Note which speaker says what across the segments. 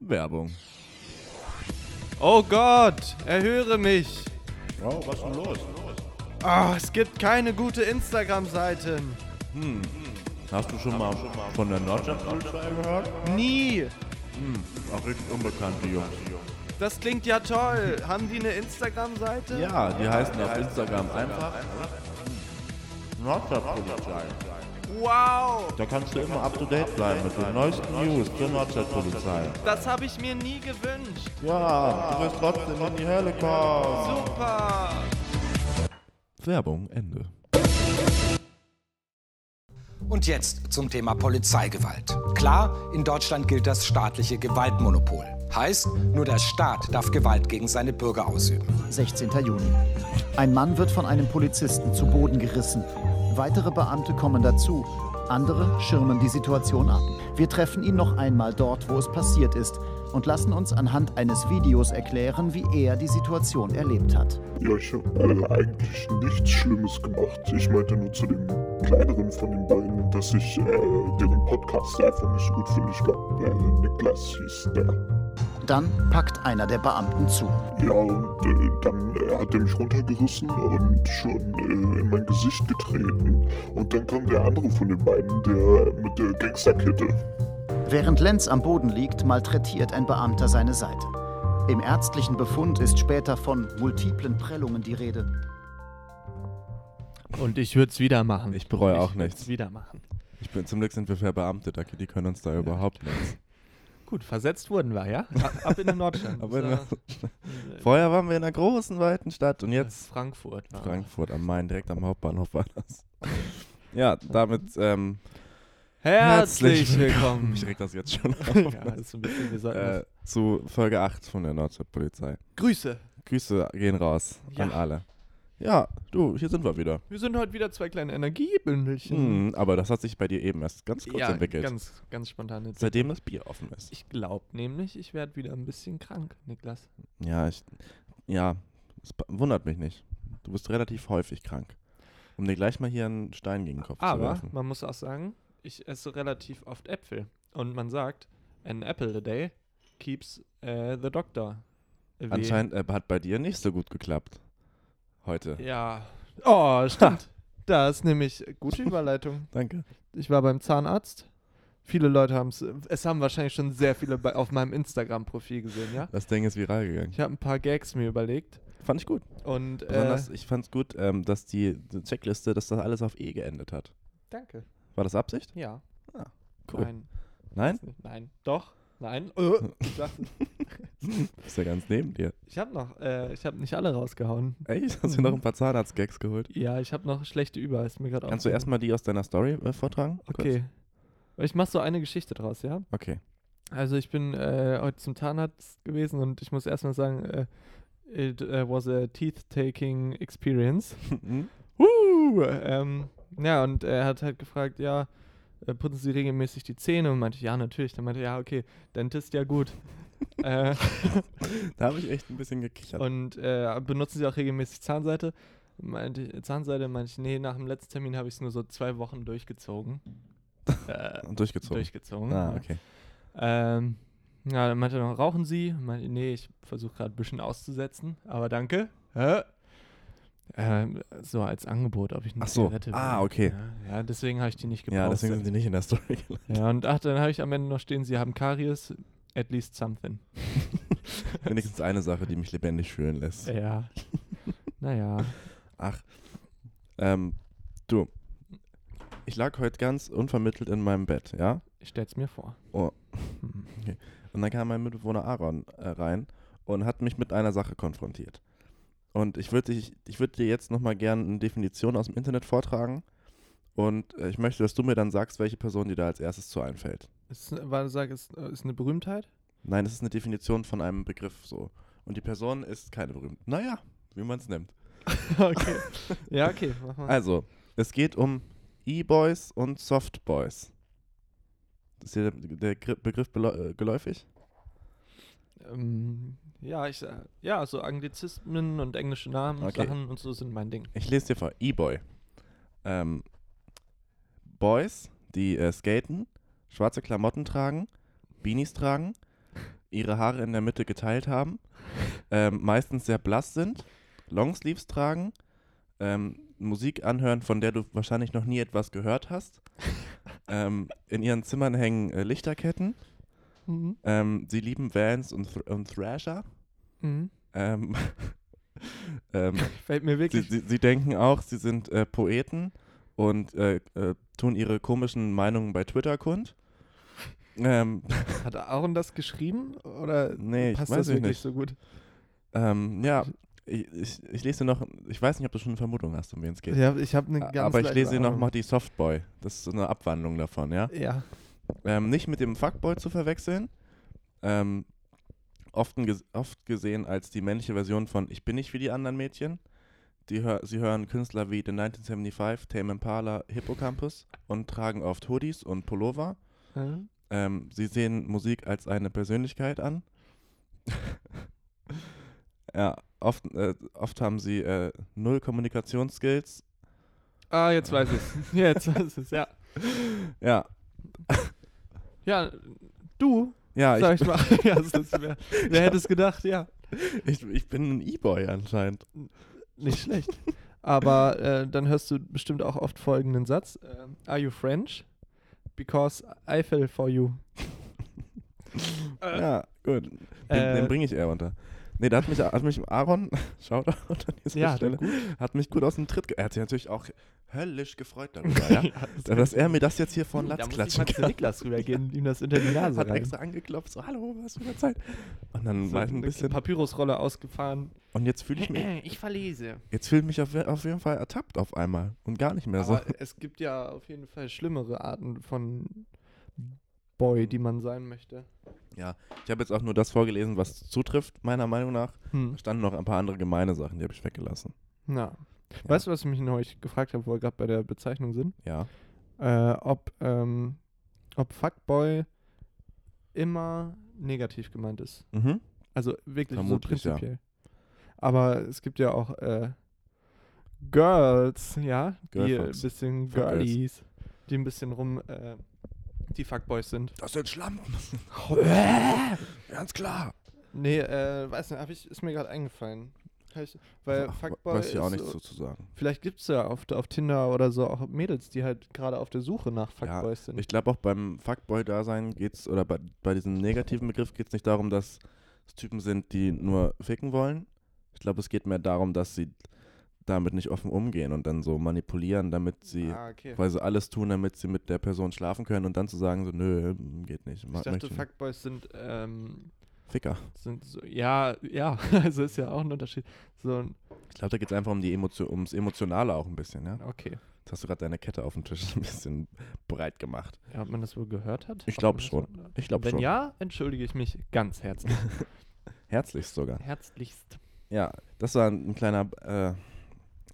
Speaker 1: Werbung.
Speaker 2: Oh Gott, erhöre mich.
Speaker 3: Wow, was ist denn los?
Speaker 2: Ah, es gibt keine gute Instagram-Seiten.
Speaker 1: Hast du schon mal von der Nordschaftspolizei gehört?
Speaker 2: Nie.
Speaker 1: Auch richtig unbekannte Jungs.
Speaker 2: Das klingt ja toll. Haben die eine Instagram-Seite?
Speaker 1: Ja, die heißen auf Instagram einfach Nordschaftspolizei.
Speaker 2: Wow,
Speaker 1: Da kannst du immer up to date bleiben mit den neuesten News zur Nordschaftspolizei.
Speaker 2: das habe ich mir nie gewünscht.
Speaker 1: Ja, du wirst trotzdem in die Hölle kommen.
Speaker 2: Super.
Speaker 1: Werbung Ende.
Speaker 4: Und jetzt zum Thema Polizeigewalt. Klar, in Deutschland gilt das staatliche Gewaltmonopol. Heißt, nur der Staat darf Gewalt gegen seine Bürger ausüben.
Speaker 5: 16. Juni. Ein Mann wird von einem Polizisten zu Boden gerissen. Weitere Beamte kommen dazu. Andere schirmen die Situation ab. Wir treffen ihn noch einmal dort, wo es passiert ist, und lassen uns anhand eines Videos erklären, wie er die Situation erlebt hat.
Speaker 6: Ja, ich habe eigentlich nichts Schlimmes gemacht. Ich meinte nur zu dem kleineren von den beiden, dass ich äh, deren Podcast einfach nicht gut finde. Ich glaube, äh, Niklas hieß der.
Speaker 5: Dann packt einer der Beamten zu.
Speaker 6: Ja, und äh, dann äh, hat er mich runtergerissen und schon äh, in mein Gesicht getreten. Und dann kam der andere von den beiden, der mit der Gangsterkette.
Speaker 5: Während Lenz am Boden liegt, malträtiert ein Beamter seine Seite. Im ärztlichen Befund ist später von multiplen Prellungen die Rede.
Speaker 7: Und ich würde es wieder machen.
Speaker 1: Ich bereue auch
Speaker 7: würd's
Speaker 1: nichts.
Speaker 7: wieder machen.
Speaker 1: Ich bin, zum Glück sind wir verbeamtet, da- die können uns da überhaupt nichts.
Speaker 7: Gut, versetzt wurden wir, ja? Ab, ab in den Nordstand.
Speaker 1: Aber in
Speaker 7: Das
Speaker 1: der- vorher waren wir in einer großen, weiten Stadt und
Speaker 7: war
Speaker 1: jetzt
Speaker 7: Frankfurt. ne? war
Speaker 1: Frankfurt am Main, direkt am Hauptbahnhof war das. Ja, damit ähm,
Speaker 7: Herzlich willkommen.
Speaker 1: Ich reg das jetzt schon auf.
Speaker 7: ja, ist ein bisschen, wir sollten
Speaker 1: äh, zu Folge 8 von der Nordstadtpolizei.
Speaker 7: das- Grüße.
Speaker 1: Grüße gehen raus
Speaker 7: Ja.
Speaker 1: an alle. Ja, du, hier sind wir wieder.
Speaker 7: Wir sind heute wieder zwei kleine Energiebündelchen.
Speaker 1: Hm, aber das hat sich bei dir eben erst ganz kurz
Speaker 7: Genau. ja,
Speaker 1: entwickelt.
Speaker 7: ganz, ganz spontan. Jetzt.
Speaker 1: Seitdem das Bier offen ist.
Speaker 7: Ich glaube nämlich, ich werde wieder ein bisschen krank, Niklas.
Speaker 1: Ja, ich, ja, es be- wundert mich nicht. Du bist relativ häufig krank. Um dir gleich mal hier einen Stein gegen den Kopf zu
Speaker 7: Aber
Speaker 1: werfen.
Speaker 7: man muss auch sagen, ich esse relativ oft Äpfel. Und man sagt, an apple a day keeps äh, the doctor away.
Speaker 1: Anscheinend äh, hat bei dir nicht so gut geklappt. Heute.
Speaker 7: Ja. Oh, stimmt. Da ist nämlich gute Überleitung.
Speaker 1: Danke.
Speaker 7: Ich war beim Zahnarzt. Viele Leute haben es, es haben wahrscheinlich schon sehr viele bei, auf meinem Instagram-Profil gesehen, ja?
Speaker 1: Das Ding ist viral gegangen.
Speaker 7: Ich habe ein paar Gags mir überlegt
Speaker 1: Fand ich gut.
Speaker 7: und äh,
Speaker 1: Besonders, ich fand's gut, ähm, dass die, die Checkliste, dass das alles auf E geendet hat.
Speaker 7: danke.
Speaker 1: War das Absicht?
Speaker 7: Ja.
Speaker 1: Ah, cool.
Speaker 7: Nein.
Speaker 1: Nein? Hm.
Speaker 7: Nein. Doch. Nein. Äh, ich dachte-
Speaker 1: Ist ja ganz neben dir.
Speaker 7: ich habe noch, äh, ich habe nicht alle rausgehauen.
Speaker 1: Echt? Hast du noch ein paar Zahnarzt-Gags geholt?
Speaker 7: Ja, ich habe noch schlechte über, ist mir gerade
Speaker 1: Kannst du erstmal die aus deiner Story äh, vortragen? Kurz?
Speaker 7: Okay. Ich mache so eine Geschichte draus, ja?
Speaker 1: Okay.
Speaker 7: Also ich bin äh, heute zum Zahnarzt gewesen und ich muss erstmal sagen, äh, it äh, was a teeth-taking experience.
Speaker 1: Mhm.
Speaker 7: Huh, ähm, ja, und er hat halt gefragt, ja, äh, putzen Sie regelmäßig die Zähne? Und meinte, ja, natürlich. Dann meinte er, ja, okay, Dentist, ja gut. äh,
Speaker 1: da habe ich echt ein bisschen gekichert.
Speaker 7: und äh, benutzen Sie auch regelmäßig Zahnseite? Meinte, ich- Zahnseite meinte ich, nee, nach dem letzten Termin habe ich es nur so zwei Wochen durchgezogen. äh,
Speaker 1: Und durchgezogen.
Speaker 7: durchgezogen.
Speaker 1: ah,
Speaker 7: ja.
Speaker 1: okay.
Speaker 7: Ähm, ja, dann meinte er noch, rauchen Sie? Meinte, nee, ich versuche gerade ein bisschen auszusetzen, aber danke. Hä? Ähm, so als Angebot, ob ich eine
Speaker 1: Ach so.
Speaker 7: Zigarette
Speaker 1: Ah,
Speaker 7: will.
Speaker 1: okay.
Speaker 7: Ja, ja deswegen habe ich die nicht gebraucht.
Speaker 1: Ja, deswegen sind die nicht in der Story gelandet.
Speaker 7: ja, und ach, dann habe ich am Ende noch stehen, Sie haben Karies, at least something.
Speaker 1: Wenigstens eine Sache, die mich lebendig fühlen lässt.
Speaker 7: Ja. naja.
Speaker 1: Ach. Ähm, du. Ich lag heute ganz unvermittelt in meinem Bett, ja?
Speaker 7: Ich stell's mir vor.
Speaker 1: Oh. Und dann kam mein Mitbewohner Aaron äh, rein und hat mich mit einer Sache konfrontiert. Und ich würde ich, ich würd dir jetzt nochmal gerne eine Definition aus dem Internet vortragen. Und äh, ich möchte, dass du mir dann sagst, welche Person dir da als erstes zu einfällt.
Speaker 7: Ist, war, sag, ist, äh, ist eine Berühmtheit?
Speaker 1: Nein, das ist eine Definition von einem Begriff so. Und die Person ist keine berühmt. Naja, wie man es nimmt.
Speaker 7: okay. Ja, okay, mach mal.
Speaker 1: Also, es geht um E-Boys und Softboys. Ist dir der, der Gri- Begriff belä- äh, geläufig?
Speaker 7: Ähm, ja, ich, äh, ja, so Anglizismen und englische Namen und
Speaker 1: Okay.
Speaker 7: Sachen und so sind mein Ding.
Speaker 1: Ich lese dir vor. E-Boy. Ähm, Boys, die äh, skaten, schwarze Klamotten tragen, Beanies tragen, ihre Haare in der Mitte geteilt haben, ähm, meistens sehr blass sind, Longsleeves tragen, ähm, Musik anhören, von der du wahrscheinlich noch nie etwas gehört hast. ähm, in ihren Zimmern hängen äh, Lichterketten.
Speaker 7: Mhm.
Speaker 1: Ähm, sie lieben Vans und, Thr- und Thrasher.
Speaker 7: Mhm.
Speaker 1: Ähm, ähm,
Speaker 7: Fällt mir
Speaker 1: sie,
Speaker 7: wirklich.
Speaker 1: sie, sie denken auch, sie sind äh, Poeten und äh, äh, tun ihre komischen Meinungen bei Twitter kund. Ähm,
Speaker 7: Hat Aaron das geschrieben? Oder
Speaker 1: Nee, ich
Speaker 7: passt
Speaker 1: weiß
Speaker 7: das
Speaker 1: es
Speaker 7: wirklich
Speaker 1: nicht.
Speaker 7: so gut?
Speaker 1: ähm, ja, ich, ich, ich lese dir noch, ich weiß nicht, ob du schon eine Vermutung hast, um wen es geht.
Speaker 7: Ja, ich habe eine ganz
Speaker 1: Aber ich
Speaker 7: leise
Speaker 1: lese dir noch
Speaker 7: Ahnung.
Speaker 1: mal die Softboy. Das ist so eine Abwandlung davon, ja.
Speaker 7: Ja.
Speaker 1: Ähm, nicht mit dem Fuckboy zu verwechseln. Ähm, oft, ges oft gesehen als die männliche Version von Ich bin nicht wie die anderen Mädchen. Die hör sie hören Künstler wie The 1975, Tame Impala, Hippocampus und tragen oft Hoodies und Pullover.
Speaker 7: Mhm.
Speaker 1: Ähm, sie sehen Musik als eine Persönlichkeit an. ja, oft, äh, oft haben sie äh, null Kommunikationsskills.
Speaker 7: Ah, jetzt weiß ich Jetzt weiß ich ja.
Speaker 1: Ja,
Speaker 7: Ja, du,
Speaker 1: ja
Speaker 7: sag
Speaker 1: ich,
Speaker 7: ich mal. ja, das ist, wer wer hätte es gedacht, ja.
Speaker 1: ich, ich bin ein E-Boy anscheinend.
Speaker 7: Nicht schlecht. Aber äh, dann hörst du bestimmt auch oft folgenden Satz. ähm, Are you French? Because I fell for you.
Speaker 1: Ja, gut. Den,
Speaker 7: Äh,
Speaker 1: den bringe ich eher unter. Nee, da hat mich, hat mich Aaron, Shoutout an dieser
Speaker 7: Ja,
Speaker 1: Stelle,
Speaker 7: gut.
Speaker 1: hat mich gut aus dem Tritt ge Er hat sich natürlich auch höllisch gefreut darüber, ja? dass er mir das jetzt hier vor den
Speaker 7: da
Speaker 1: Latz
Speaker 7: muss ich
Speaker 1: klatschen
Speaker 7: mal zu
Speaker 1: kann.
Speaker 7: Niklas rübergehen und ihm das unter die Nase
Speaker 1: Hat
Speaker 7: rein.
Speaker 1: extra angeklopft, so, hallo, was für eine Zeit. Und dann
Speaker 7: so
Speaker 1: war ich ein
Speaker 7: eine
Speaker 1: bisschen.
Speaker 7: Papyrusrolle ausgefahren.
Speaker 1: Und jetzt fühle ich mich,
Speaker 7: Äh, Ich verlese.
Speaker 1: jetzt fühle ich mich auf, auf jeden Fall ertappt auf einmal. Und gar nicht mehr so.
Speaker 7: Aber es gibt ja auf jeden Fall schlimmere Arten von Boy, die man sein möchte.
Speaker 1: Ja, ich habe jetzt auch nur das vorgelesen, was zutrifft, meiner Meinung nach.
Speaker 7: Hm.
Speaker 1: Da standen noch ein paar andere gemeine Sachen, die habe ich weggelassen.
Speaker 7: Na. Weißt du, was ich mich neulich gefragt habe, wo wir gerade bei der Bezeichnung sind?
Speaker 1: Ja.
Speaker 7: Äh, ob, ähm, ob Fuckboy immer negativ gemeint ist.
Speaker 1: Mhm.
Speaker 7: Also wirklich
Speaker 1: Vermutlich,
Speaker 7: so
Speaker 1: ja.
Speaker 7: prinzipiell. Aber es gibt ja auch äh, Girls, ja, die ein
Speaker 1: Girlfucks.
Speaker 7: bisschen
Speaker 1: Fuckgirls.
Speaker 7: Girlies, die ein bisschen rum, äh, die Fuckboys sind.
Speaker 1: Das sind Schlampen. Ganz klar.
Speaker 7: Nee, äh, weiß nicht, hab ich, ist mir gerade eingefallen. Kann Ich, weil
Speaker 1: Ach,
Speaker 7: Fuckboy
Speaker 1: weiß ich auch
Speaker 7: ist
Speaker 1: nichts
Speaker 7: so,
Speaker 1: so zu sagen.
Speaker 7: vielleicht gibt es ja auf, auf Tinder oder so auch Mädels, die halt gerade auf der Suche nach Fuckboys sind.
Speaker 1: Ich glaube auch beim Fuckboy-Dasein geht's, oder bei, bei diesem negativen Begriff geht es nicht darum, dass es Typen sind, die nur ficken wollen. Ich glaube, es geht mehr darum, dass sie damit nicht offen umgehen und dann so manipulieren, damit sie,
Speaker 7: ah, okay.
Speaker 1: weil sie alles tun, damit sie mit der Person schlafen können und dann zu sagen so, nö, geht nicht.
Speaker 7: Ich
Speaker 1: ma- möchte
Speaker 7: dachte,
Speaker 1: nicht.
Speaker 7: Fuckboys sind, ähm,
Speaker 1: Ficker.
Speaker 7: sind so, ja, ja, also ist ja auch ein Unterschied. So, ein-
Speaker 1: Ich glaube, da geht es einfach um die Emotio ums Emotionale auch ein bisschen, ja?
Speaker 7: okay.
Speaker 1: Jetzt hast du gerade deine Kette auf dem Tisch ein bisschen breit gemacht.
Speaker 7: Ja, ob man das wohl gehört hat?
Speaker 1: Ich
Speaker 7: Ob
Speaker 1: glaub
Speaker 7: man das
Speaker 1: schon.
Speaker 7: wohl-
Speaker 1: Ich glaube
Speaker 7: Wenn
Speaker 1: schon.
Speaker 7: ja, entschuldige ich mich ganz herzlich.
Speaker 1: Herzlichst sogar.
Speaker 7: Herzlichst.
Speaker 1: Ja, das war ein kleiner, äh,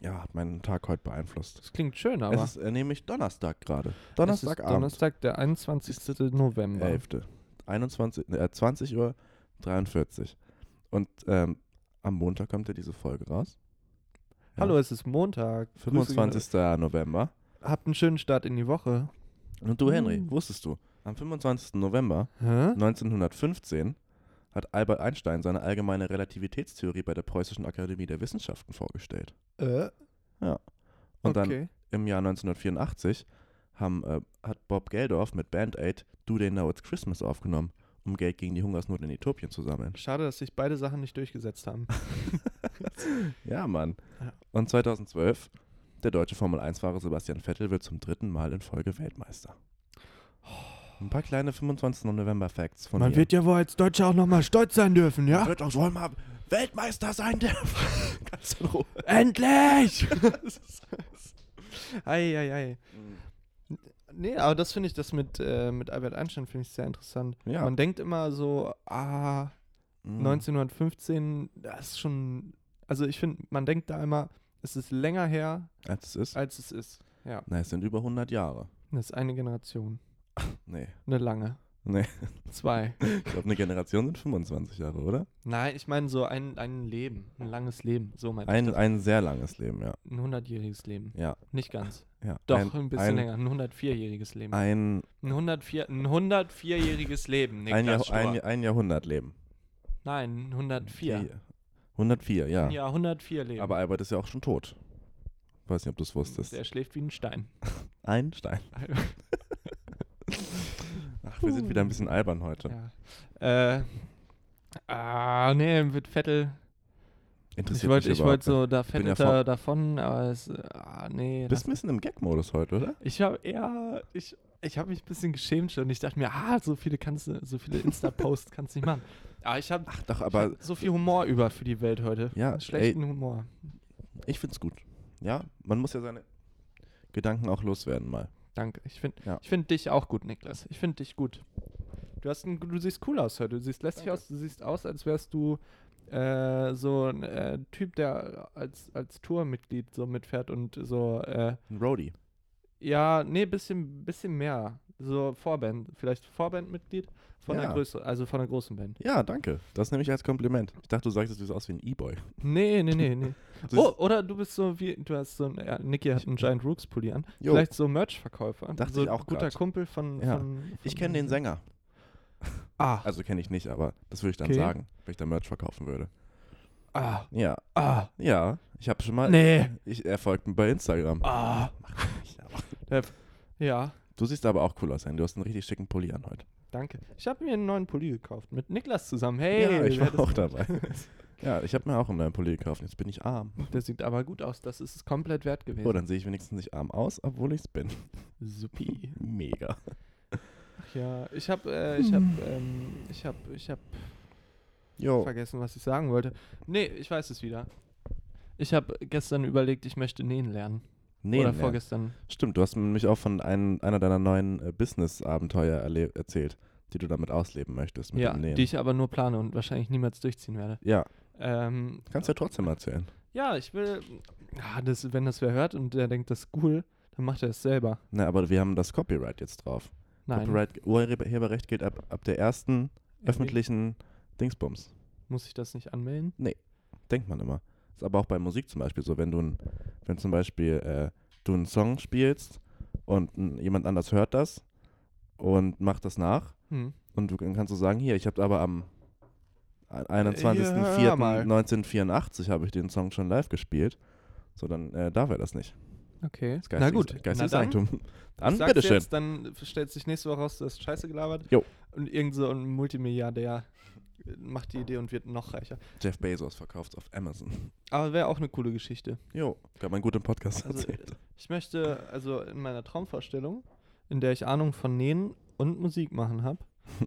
Speaker 1: ja, hat meinen Tag heute beeinflusst.
Speaker 7: Das klingt schön, aber
Speaker 1: es ist äh, nämlich Donnerstag gerade.
Speaker 7: es ist
Speaker 1: Donnerstagabend.
Speaker 7: Donnerstag, der 21. November.
Speaker 1: 11. 21, äh, 20 Uhr 43. Und ähm, am Montag kommt ja diese Folge raus. Ja.
Speaker 7: Hallo, es ist Montag. Grüße gehen-
Speaker 1: 25. November.
Speaker 7: Habt einen schönen Start in die Woche.
Speaker 1: Und du, Henry,
Speaker 7: Mm.
Speaker 1: wusstest du, am 25. November
Speaker 7: Hä?
Speaker 1: 1915 hat Albert Einstein seine allgemeine Relativitätstheorie bei der Preußischen Akademie der Wissenschaften vorgestellt.
Speaker 7: Äh,
Speaker 1: Und dann
Speaker 7: okay.
Speaker 1: im Jahr 1984 haben, äh, hat Bob Geldorf mit Band Aid Do They Know It's Christmas aufgenommen, um Geld gegen die Hungersnot in Äthiopien zu sammeln.
Speaker 7: Schade, dass sich beide Sachen nicht durchgesetzt haben.
Speaker 1: Ja, Mann.
Speaker 7: Ja.
Speaker 1: Und 2012, der deutsche Formel-1-Fahrer Sebastian Vettel wird zum dritten Mal in Folge Weltmeister. Ein paar kleine 25. November-Facts von mir.
Speaker 7: ja wohl als Deutscher auch nochmal stolz sein dürfen,
Speaker 1: Man wird auch wohl mal Weltmeister sein dürfen. Ganz in Ruhe.
Speaker 7: Endlich! Eieiei.
Speaker 1: Mhm.
Speaker 7: Nee, aber das finde ich, das mit, äh, mit Albert Einstein finde ich sehr interessant.
Speaker 1: Ja.
Speaker 7: Man denkt immer so, ah,
Speaker 1: Mhm.
Speaker 7: 1915, das ist schon. Also ich finde, man denkt da immer, es ist länger her,
Speaker 1: Hm, Als es ist.
Speaker 7: als es ist. Ja.
Speaker 1: Na, es sind über 100 Jahre.
Speaker 7: Das ist eine Generation.
Speaker 1: Nee,
Speaker 7: Eine lange.
Speaker 1: Nee,
Speaker 7: Zwei.
Speaker 1: ich glaube, eine Generation sind 25 Jahre, oder?
Speaker 7: Nein, ich meine so ein, ein Leben, ein langes Leben. So mein
Speaker 1: Ein, ein sehr langes Leben, ja.
Speaker 7: ein 100-jähriges Leben.
Speaker 1: Ja,
Speaker 7: Nicht ganz.
Speaker 1: ja.
Speaker 7: Doch,
Speaker 1: ein,
Speaker 7: ein, bisschen
Speaker 1: ein,
Speaker 7: länger. Ein 104-jähriges Leben. Ein,
Speaker 1: Ein,
Speaker 7: 104, ein 104-jähriges Leben,
Speaker 1: ein,
Speaker 7: Niklas
Speaker 1: Jahr,
Speaker 7: Stur.
Speaker 1: ein, ein Jahrhundert Leben.
Speaker 7: Nein, 104.
Speaker 1: 104, ja.
Speaker 7: Ja, 104 Leben.
Speaker 1: Aber Albert ist ja auch schon tot. Weiß nicht, ob du es wusstest.
Speaker 7: Der schläft wie ein Stein.
Speaker 1: Ein Stein. Ach, wir sind wieder ein bisschen albern heute.
Speaker 7: Ja. Äh, ah, nee, mit Vettel. Ich
Speaker 1: Interessiert
Speaker 7: wollte
Speaker 1: mich
Speaker 7: ich wollt
Speaker 1: überhaupt nicht.
Speaker 7: so da
Speaker 1: bin ja
Speaker 7: Vettel
Speaker 1: vor-
Speaker 7: davon, aber es, ah, nee.
Speaker 1: Du bist ein bisschen im Gag-Modus heute, oder?
Speaker 7: Ich habe eher, ich, ich habe mich ein bisschen geschämt schon. Ich dachte mir, ah, so viele kannst du, so viele Insta-Posts kannst du nicht machen. Aber ich habe
Speaker 1: Ach doch, aber
Speaker 7: hab so viel Humor über für die Welt heute.
Speaker 1: Ja,
Speaker 7: Schlechten Humor.
Speaker 1: ich find's gut. Ja, man muss ja seine Gedanken auch loswerden mal.
Speaker 7: Danke. Ich finde
Speaker 1: Ja.
Speaker 7: ich find dich auch gut, Niklas. Ich finde dich gut. Du, hast ein, du siehst cool aus heute. Du siehst lässig aus. Du siehst aus, als wärst du äh, so ein äh, Typ, der als, als Tourmitglied so mitfährt und so, äh,
Speaker 1: Ein Roadie.
Speaker 7: ja, nee, bisschen, bisschen mehr. So Vorband, vielleicht Vorbandmitglied von der
Speaker 1: Ja.
Speaker 7: Größe, also von der großen Band.
Speaker 1: Ja, danke. Das nehme ich als Kompliment. Ich dachte, du sagst, du siehst aus wie ein E-Boy.
Speaker 7: Nee, nee, nee, nee.
Speaker 1: Du
Speaker 7: oh, oder du bist so wie, du hast so ein, ja, Niki hat einen Giant Rooks Pulli an.
Speaker 1: Jo.
Speaker 7: Vielleicht so Merch-Verkäufer.
Speaker 1: Dachte
Speaker 7: so
Speaker 1: ich auch
Speaker 7: Guter
Speaker 1: grad.
Speaker 7: Kumpel von.
Speaker 1: Ja.
Speaker 7: von, von
Speaker 1: Ich kenne den Sänger.
Speaker 7: Ah,
Speaker 1: Also kenne ich nicht, aber das würde ich dann
Speaker 7: Okay.
Speaker 1: sagen, wenn ich da Merch verkaufen würde.
Speaker 7: ah,
Speaker 1: Ja,
Speaker 7: ah,
Speaker 1: ja. Ich habe schon mal.
Speaker 7: nee,
Speaker 1: Ich, er folgt mir bei Instagram.
Speaker 7: ah. Der- Ja,
Speaker 1: Du siehst aber auch cool aus, Andy. Du hast einen richtig schicken Pulli an heute.
Speaker 7: danke. Ich habe mir einen neuen Pulli gekauft mit Niklas zusammen. Hey,
Speaker 1: ja, ich
Speaker 7: wer
Speaker 1: war
Speaker 7: das-
Speaker 1: auch dabei. ja, ich habe mir auch einen neuen Pulli gekauft. Jetzt bin ich arm.
Speaker 7: Der sieht aber gut aus. Das ist es komplett wert gewesen.
Speaker 1: Oh, dann sehe ich wenigstens nicht arm aus, obwohl ich es bin.
Speaker 7: Supi.
Speaker 1: Mega.
Speaker 7: Ach ja, ich habe, äh, ich habe,
Speaker 1: Hm.
Speaker 7: ähm, ich habe, ich habe
Speaker 1: Jo.
Speaker 7: vergessen, was ich sagen wollte. Nee, ich weiß es wieder. Ich habe gestern überlegt, ich möchte nähen lernen.
Speaker 1: Nee,
Speaker 7: Oder
Speaker 1: nee.
Speaker 7: vorgestern.
Speaker 1: Stimmt, du hast mir nämlich auch von einem, einer deiner neuen äh, Business-Abenteuer erle- erzählt, die du damit ausleben möchtest. Mit
Speaker 7: Ja,
Speaker 1: dem Nähen.
Speaker 7: die ich aber nur plane und wahrscheinlich niemals durchziehen werde.
Speaker 1: ja,
Speaker 7: Ähm,
Speaker 1: kannst du ja trotzdem erzählen.
Speaker 7: ja, ich will, ah, das, wenn das wer hört und der denkt, das ist cool, dann macht er es selber.
Speaker 1: Na, aber wir haben das Copyright jetzt drauf.
Speaker 7: Nein,
Speaker 1: Copyright, Urheberrecht gilt ab, ab der ersten
Speaker 7: Irgendwie
Speaker 1: öffentlichen Dingsbums.
Speaker 7: muss ich das nicht anmelden?
Speaker 1: Denkt man immer. Ist aber auch bei Musik zum Beispiel so, wenn du, ein, wenn zum Beispiel äh, du einen Song spielst und n, jemand anders hört das und macht das nach
Speaker 7: Hm.
Speaker 1: und du dann kannst du sagen, hier, ich habe aber am
Speaker 7: Ja, hör mal.
Speaker 1: 21.04.1984 habe ich den Song schon live gespielt. So, dann äh, darf er das nicht.
Speaker 7: Okay.
Speaker 1: Das
Speaker 7: Na gut.
Speaker 1: Geistiges
Speaker 7: Na dann,
Speaker 1: Eigentum. Dann,
Speaker 7: ich sag's
Speaker 1: bitteschön.
Speaker 7: Jetzt, dann stellt sich nächste Woche raus, du hast Scheiße gelabert.
Speaker 1: Jo.
Speaker 7: Und irgend so ein Multimilliardär macht die Idee und wird noch reicher.
Speaker 1: Jeff Bezos verkauft auf Amazon.
Speaker 7: Aber wäre auch eine coole Geschichte.
Speaker 1: Jo, kann man gut im Podcast
Speaker 7: Also,
Speaker 1: erzählen.
Speaker 7: Ich möchte, also in meiner Traumvorstellung, in der ich Ahnung von Nähen und Musik machen habe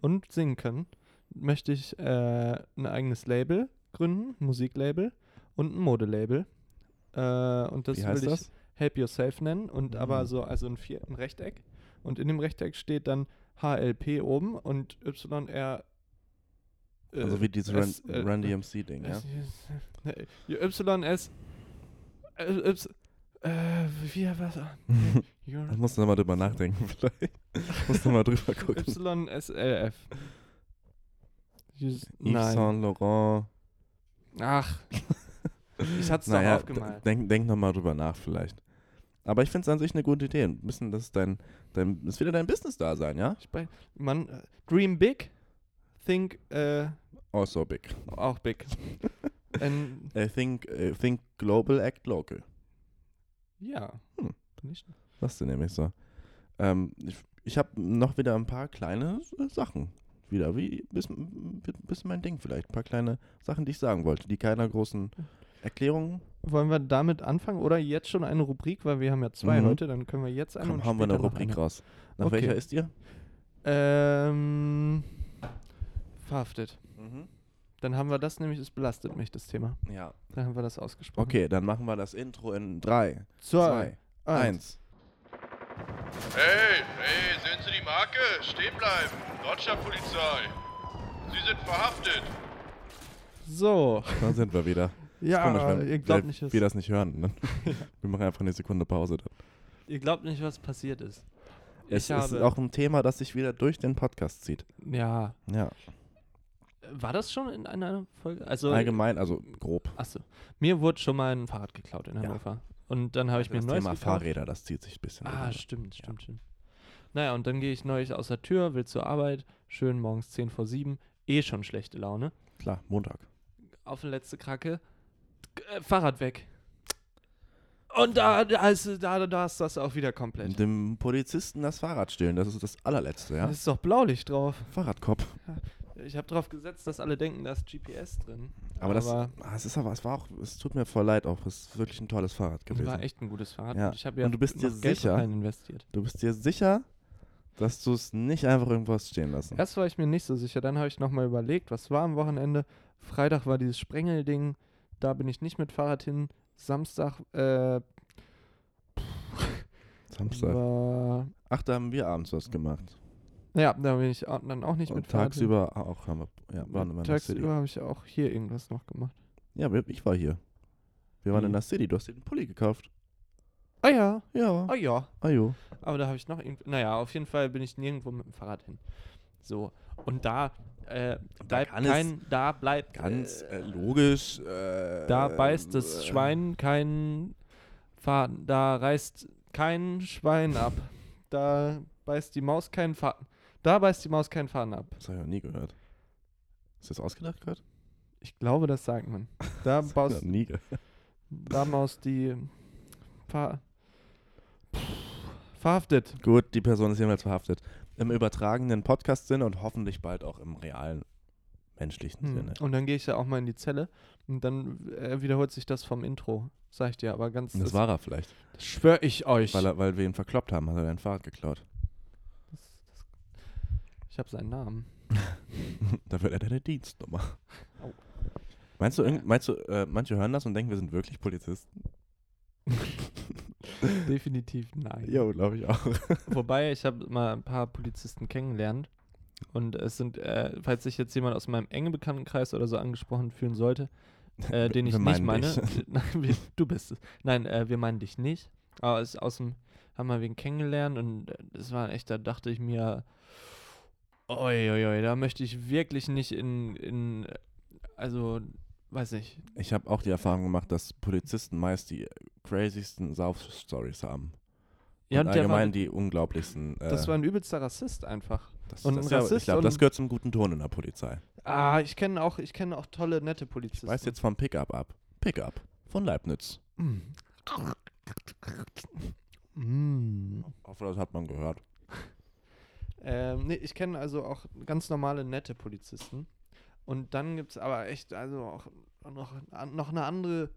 Speaker 7: und singen kann, möchte ich äh, ein eigenes Label gründen, Musiklabel und ein Modelabel. Äh, und das
Speaker 1: Wie heißt
Speaker 7: will ich
Speaker 1: das?
Speaker 7: Help Yourself nennen und aber
Speaker 1: Mhm.
Speaker 7: so, also ein, vier, ein Rechteck. Und in dem Rechteck steht dann HLP oben und YR. äh,
Speaker 1: Also wie dieses
Speaker 7: S,
Speaker 1: Ran- Run
Speaker 7: äh,
Speaker 1: DMC-Ding, ja?
Speaker 7: äh, YS. Äh, Y. Äh, wie was? Nee,
Speaker 1: Ich
Speaker 7: Your-
Speaker 1: muss nochmal drüber nachdenken, vielleicht. Ich muss nochmal drüber gucken.
Speaker 7: YSLF. Yus-
Speaker 1: Yves
Speaker 7: Nein.
Speaker 1: Saint Laurent.
Speaker 7: Ach. Ich hatte es
Speaker 1: Naja,
Speaker 7: doch aufgemalt.
Speaker 1: d- denk, denk nochmal drüber nach, vielleicht. Aber ich finde es an sich eine gute Idee. Ein bisschen, das ist dein, dein, das ist wieder dein Business-Dasein, ja?
Speaker 7: Ich bei- Mann, äh, dream big, think äh,
Speaker 1: Oh, so big.
Speaker 7: auch big. Ähm,
Speaker 1: I think, äh, think global, act local.
Speaker 7: ja.
Speaker 1: Hm.
Speaker 7: Nicht?
Speaker 1: Das ist nämlich so. Ähm, ich ich habe noch wieder ein paar kleine äh, Sachen. Wieder, wie, bisschen, bisschen mein Ding vielleicht. Ein paar kleine Sachen, die ich sagen wollte, die keiner großen
Speaker 7: Hm.
Speaker 1: Erklärung.
Speaker 7: Wollen wir damit anfangen oder jetzt schon eine Rubrik, weil wir haben ja zwei
Speaker 1: Mhm.
Speaker 7: heute, dann können wir jetzt eine
Speaker 1: Komm,
Speaker 7: und
Speaker 1: haben wir eine
Speaker 7: später noch
Speaker 1: Rubrik raus. Nach
Speaker 7: Okay.
Speaker 1: welcher ist ihr?
Speaker 7: Ähm, verhaftet.
Speaker 1: Mhm.
Speaker 7: Dann haben wir das nämlich, es belastet mich, das Thema.
Speaker 1: Ja.
Speaker 7: Dann haben wir das ausgesprochen.
Speaker 1: Okay, dann machen wir das Intro in 3,
Speaker 7: Mhm. Zwei,
Speaker 1: 2,
Speaker 7: eins.
Speaker 1: 1.
Speaker 3: Hey, hey, sehen Sie die Marke? Stehen bleiben. Deutscher Polizei. Sie sind verhaftet.
Speaker 7: So.
Speaker 1: Da sind wir wieder.
Speaker 7: Ja,
Speaker 1: wenn
Speaker 7: ihr, glaubt
Speaker 1: wir,
Speaker 7: nicht, was,
Speaker 1: wir das nicht hören. Ne? wir machen einfach eine Sekunde Pause. Dann.
Speaker 7: ihr glaubt nicht, was passiert ist.
Speaker 1: Es
Speaker 7: Ich
Speaker 1: ist
Speaker 7: habe-
Speaker 1: auch ein Thema, das sich wieder durch den Podcast zieht.
Speaker 7: Ja.
Speaker 1: Ja,
Speaker 7: War das schon in einer Folge? Also,
Speaker 1: allgemein, also grob.
Speaker 7: achso. Mir wurde schon mal ein Fahrrad geklaut in
Speaker 1: Ja. Also
Speaker 7: Hannover. Und dann habe ich mir
Speaker 1: das
Speaker 7: ein neues
Speaker 1: Thema
Speaker 7: gekauft.
Speaker 1: Fahrräder, das zieht sich ein bisschen.
Speaker 7: Ah,
Speaker 1: durch.
Speaker 7: stimmt, stimmt, stimmt. Naja, und dann gehe ich neulich aus der Tür, will zur Arbeit, schön morgens 10 vor 7, eh schon schlechte Laune.
Speaker 1: Klar, Montag.
Speaker 7: Auf eine letzte Kracke, k- äh, Fahrrad weg. Und da, da, ist, da, da ist das auch wieder komplett.
Speaker 1: Dem Polizisten das Fahrrad stehlen, das ist das allerletzte, ja?
Speaker 7: Da ist doch Blaulicht drauf.
Speaker 1: Fahrradkopf.
Speaker 7: Ich habe drauf gesetzt, dass alle denken, da ist GPS drin.
Speaker 1: Aber, das, ah, es ist aber, es war auch, es tut mir voll leid auch, es ist wirklich ein tolles Fahrrad
Speaker 7: das
Speaker 1: gewesen.
Speaker 7: war echt ein gutes Fahrrad.
Speaker 1: Ja.
Speaker 7: Und, ich habe ja
Speaker 1: Und du bist dir
Speaker 7: noch Geld
Speaker 1: sicher?
Speaker 7: rein investiert.
Speaker 1: Du bist dir sicher, dass du es nicht einfach irgendwo hast stehen lassen.
Speaker 7: Erst war ich mir nicht so sicher, dann habe ich nochmal überlegt, was war am Wochenende. Freitag war dieses Sprengelding, da bin ich nicht mit Fahrrad hin. Samstag äh,
Speaker 1: Samstag.
Speaker 7: war.
Speaker 1: Ach, da haben wir abends was gemacht.
Speaker 7: Ja, da bin ich au- dann auch nicht
Speaker 1: Und
Speaker 7: mit Fahrrad. hin.
Speaker 1: tagsüber ah, auch haben wir, ja, waren immer in der City.
Speaker 7: Tagsüber habe ich auch hier irgendwas noch gemacht.
Speaker 1: Ja, wir- ich war hier. Wir waren
Speaker 7: Wie?
Speaker 1: in der City, du hast dir den Pulli gekauft.
Speaker 7: Ah ja,
Speaker 1: Ja.
Speaker 7: ah ja.
Speaker 1: Ajo.
Speaker 7: Aber da habe ich noch irgendwie. Naja, auf jeden Fall bin ich nirgendwo mit dem Fahrrad hin. So. Und da äh, bleibt
Speaker 1: kann es
Speaker 7: kein. Da bleibt.
Speaker 1: Ganz
Speaker 7: äh,
Speaker 1: äh, logisch. Äh,
Speaker 7: Da beißt das
Speaker 1: äh,
Speaker 7: Schwein kein Faden, da reißt kein Schwein ab. Da beißt die Maus keinen Faden. Da beißt die Maus keinen Faden ab.
Speaker 1: Das habe ich noch nie gehört. Ist das ausgedacht gerade?
Speaker 7: Ich glaube, das sagt man. Da,
Speaker 1: Ich
Speaker 7: baust,
Speaker 1: hab nie gehört.
Speaker 7: da maust die Fa verhaftet.
Speaker 1: Gut, die Person ist jemals verhaftet. Im übertragenen Podcast-Sinne und hoffentlich bald auch im realen menschlichen
Speaker 7: Hm.
Speaker 1: Sinne.
Speaker 7: Und dann gehe ich ja auch mal in die Zelle und dann äh, wiederholt sich das vom Intro. Sag ich dir, aber ganz.
Speaker 1: Das war er vielleicht.
Speaker 7: schwör ich euch.
Speaker 1: Weil, er, weil wir ihn verkloppt haben, hat er dein Fahrrad geklaut.
Speaker 7: das, das, ich habe seinen Namen.
Speaker 1: Dafür hat er eine Dienstnummer.
Speaker 7: Au.
Speaker 1: Meinst du, irgend- meinst du äh, manche hören das und denken, wir sind wirklich Polizisten?
Speaker 7: Definitiv nein.
Speaker 1: glaube ich auch.
Speaker 7: Wobei, ich habe mal ein paar Polizisten kennengelernt. Und es sind, äh, falls sich jetzt jemand aus meinem engen Bekanntenkreis oder so angesprochen fühlen sollte, äh, den ich
Speaker 1: wir
Speaker 7: nicht
Speaker 1: meinen
Speaker 7: meine.
Speaker 1: dich.
Speaker 7: äh, Nein, wir, du bist es. Nein, äh, wir meinen dich nicht. Aber es ist aus dem, haben wir wen kennengelernt und äh, das war echt, da dachte ich mir, oi, oi, oi, da möchte ich wirklich nicht in, in äh, also, weiß nicht.
Speaker 1: Ich habe auch die Erfahrung gemacht, dass Polizisten meist die crazysten Sauf-Stories haben.
Speaker 7: Ja,
Speaker 1: und
Speaker 7: und der war,
Speaker 1: allgemein die unglaublichsten. Äh,
Speaker 7: das war ein übelster Rassist einfach.
Speaker 1: das,
Speaker 7: und
Speaker 1: das,
Speaker 7: ein
Speaker 1: ja, ich
Speaker 7: Rassist
Speaker 1: glaube, das
Speaker 7: und-
Speaker 1: gehört zum guten Ton in der Polizei.
Speaker 7: Ah, ich kenne auch, ich kenne auch tolle, nette Polizisten.
Speaker 1: Weißt jetzt vom Pickup ab. Pickup von Leibniz.
Speaker 7: Mm.
Speaker 1: Hoffe, das hat man gehört.
Speaker 7: Ähm, nee, ich kenne also auch ganz normale, nette Polizisten. Und dann gibt es aber echt, also auch noch, an- noch eine andere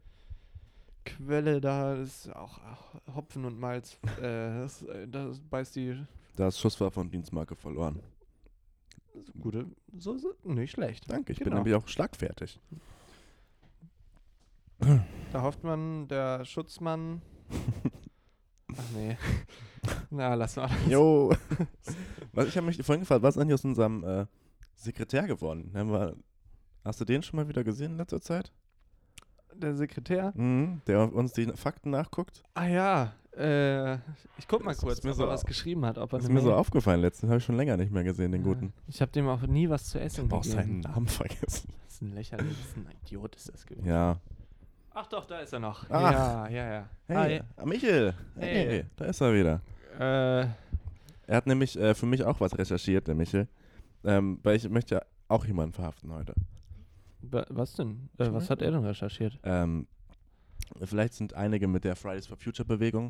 Speaker 7: Quelle, da ist auch auch Hopfen und Malz, äh, das, äh, das beißt die
Speaker 1: Da ist Schusswaffe und Dienstmarke verloren.
Speaker 7: gute Soße nicht schlecht.
Speaker 1: Danke, ich bin
Speaker 7: Genau.
Speaker 1: nämlich auch schlagfertig.
Speaker 7: Da hofft man, der Schutzmann. Ach nee. Na, lass mal.
Speaker 1: Jo. was, ich habe mich vorhin gefragt, was ist eigentlich aus unserem äh, Sekretär geworden? Haben wir, hast du den schon mal wieder gesehen in letzter Zeit?
Speaker 7: Der Sekretär.
Speaker 1: Mhm, der uns die Fakten nachguckt?
Speaker 7: Ah ja, äh, ich guck mal
Speaker 1: Ist-
Speaker 7: kurz,
Speaker 1: ist mir
Speaker 7: ob
Speaker 1: so
Speaker 7: er was
Speaker 1: au-
Speaker 7: geschrieben hat. Ob er
Speaker 1: Das ist
Speaker 7: eine
Speaker 1: mir so
Speaker 7: Mail-
Speaker 1: aufgefallen letztens. Habe ich schon länger nicht mehr gesehen, den
Speaker 7: Ja.
Speaker 1: guten.
Speaker 7: Ich habe dem auch nie was zu essen
Speaker 1: Boah,
Speaker 7: gegeben.
Speaker 1: seinen Namen vergessen.
Speaker 7: Das ist ein lächerlich, das ist ein Idiot ist das gewesen.
Speaker 1: Ja.
Speaker 7: Ach doch, da ist er noch.
Speaker 1: Ach.
Speaker 7: Ja, ja, ja.
Speaker 1: Hey, ah, Michel. Hey.
Speaker 7: Hey.
Speaker 1: da ist er wieder.
Speaker 7: Hi. Äh,
Speaker 1: Er hat nämlich äh, für mich auch was recherchiert, der Michel. Ähm, weil ich möchte ja auch jemanden verhaften heute.
Speaker 7: wa- was denn? Äh, was hat er denn recherchiert?
Speaker 1: Ähm, vielleicht sind einige mit der Fridays for Future Bewegung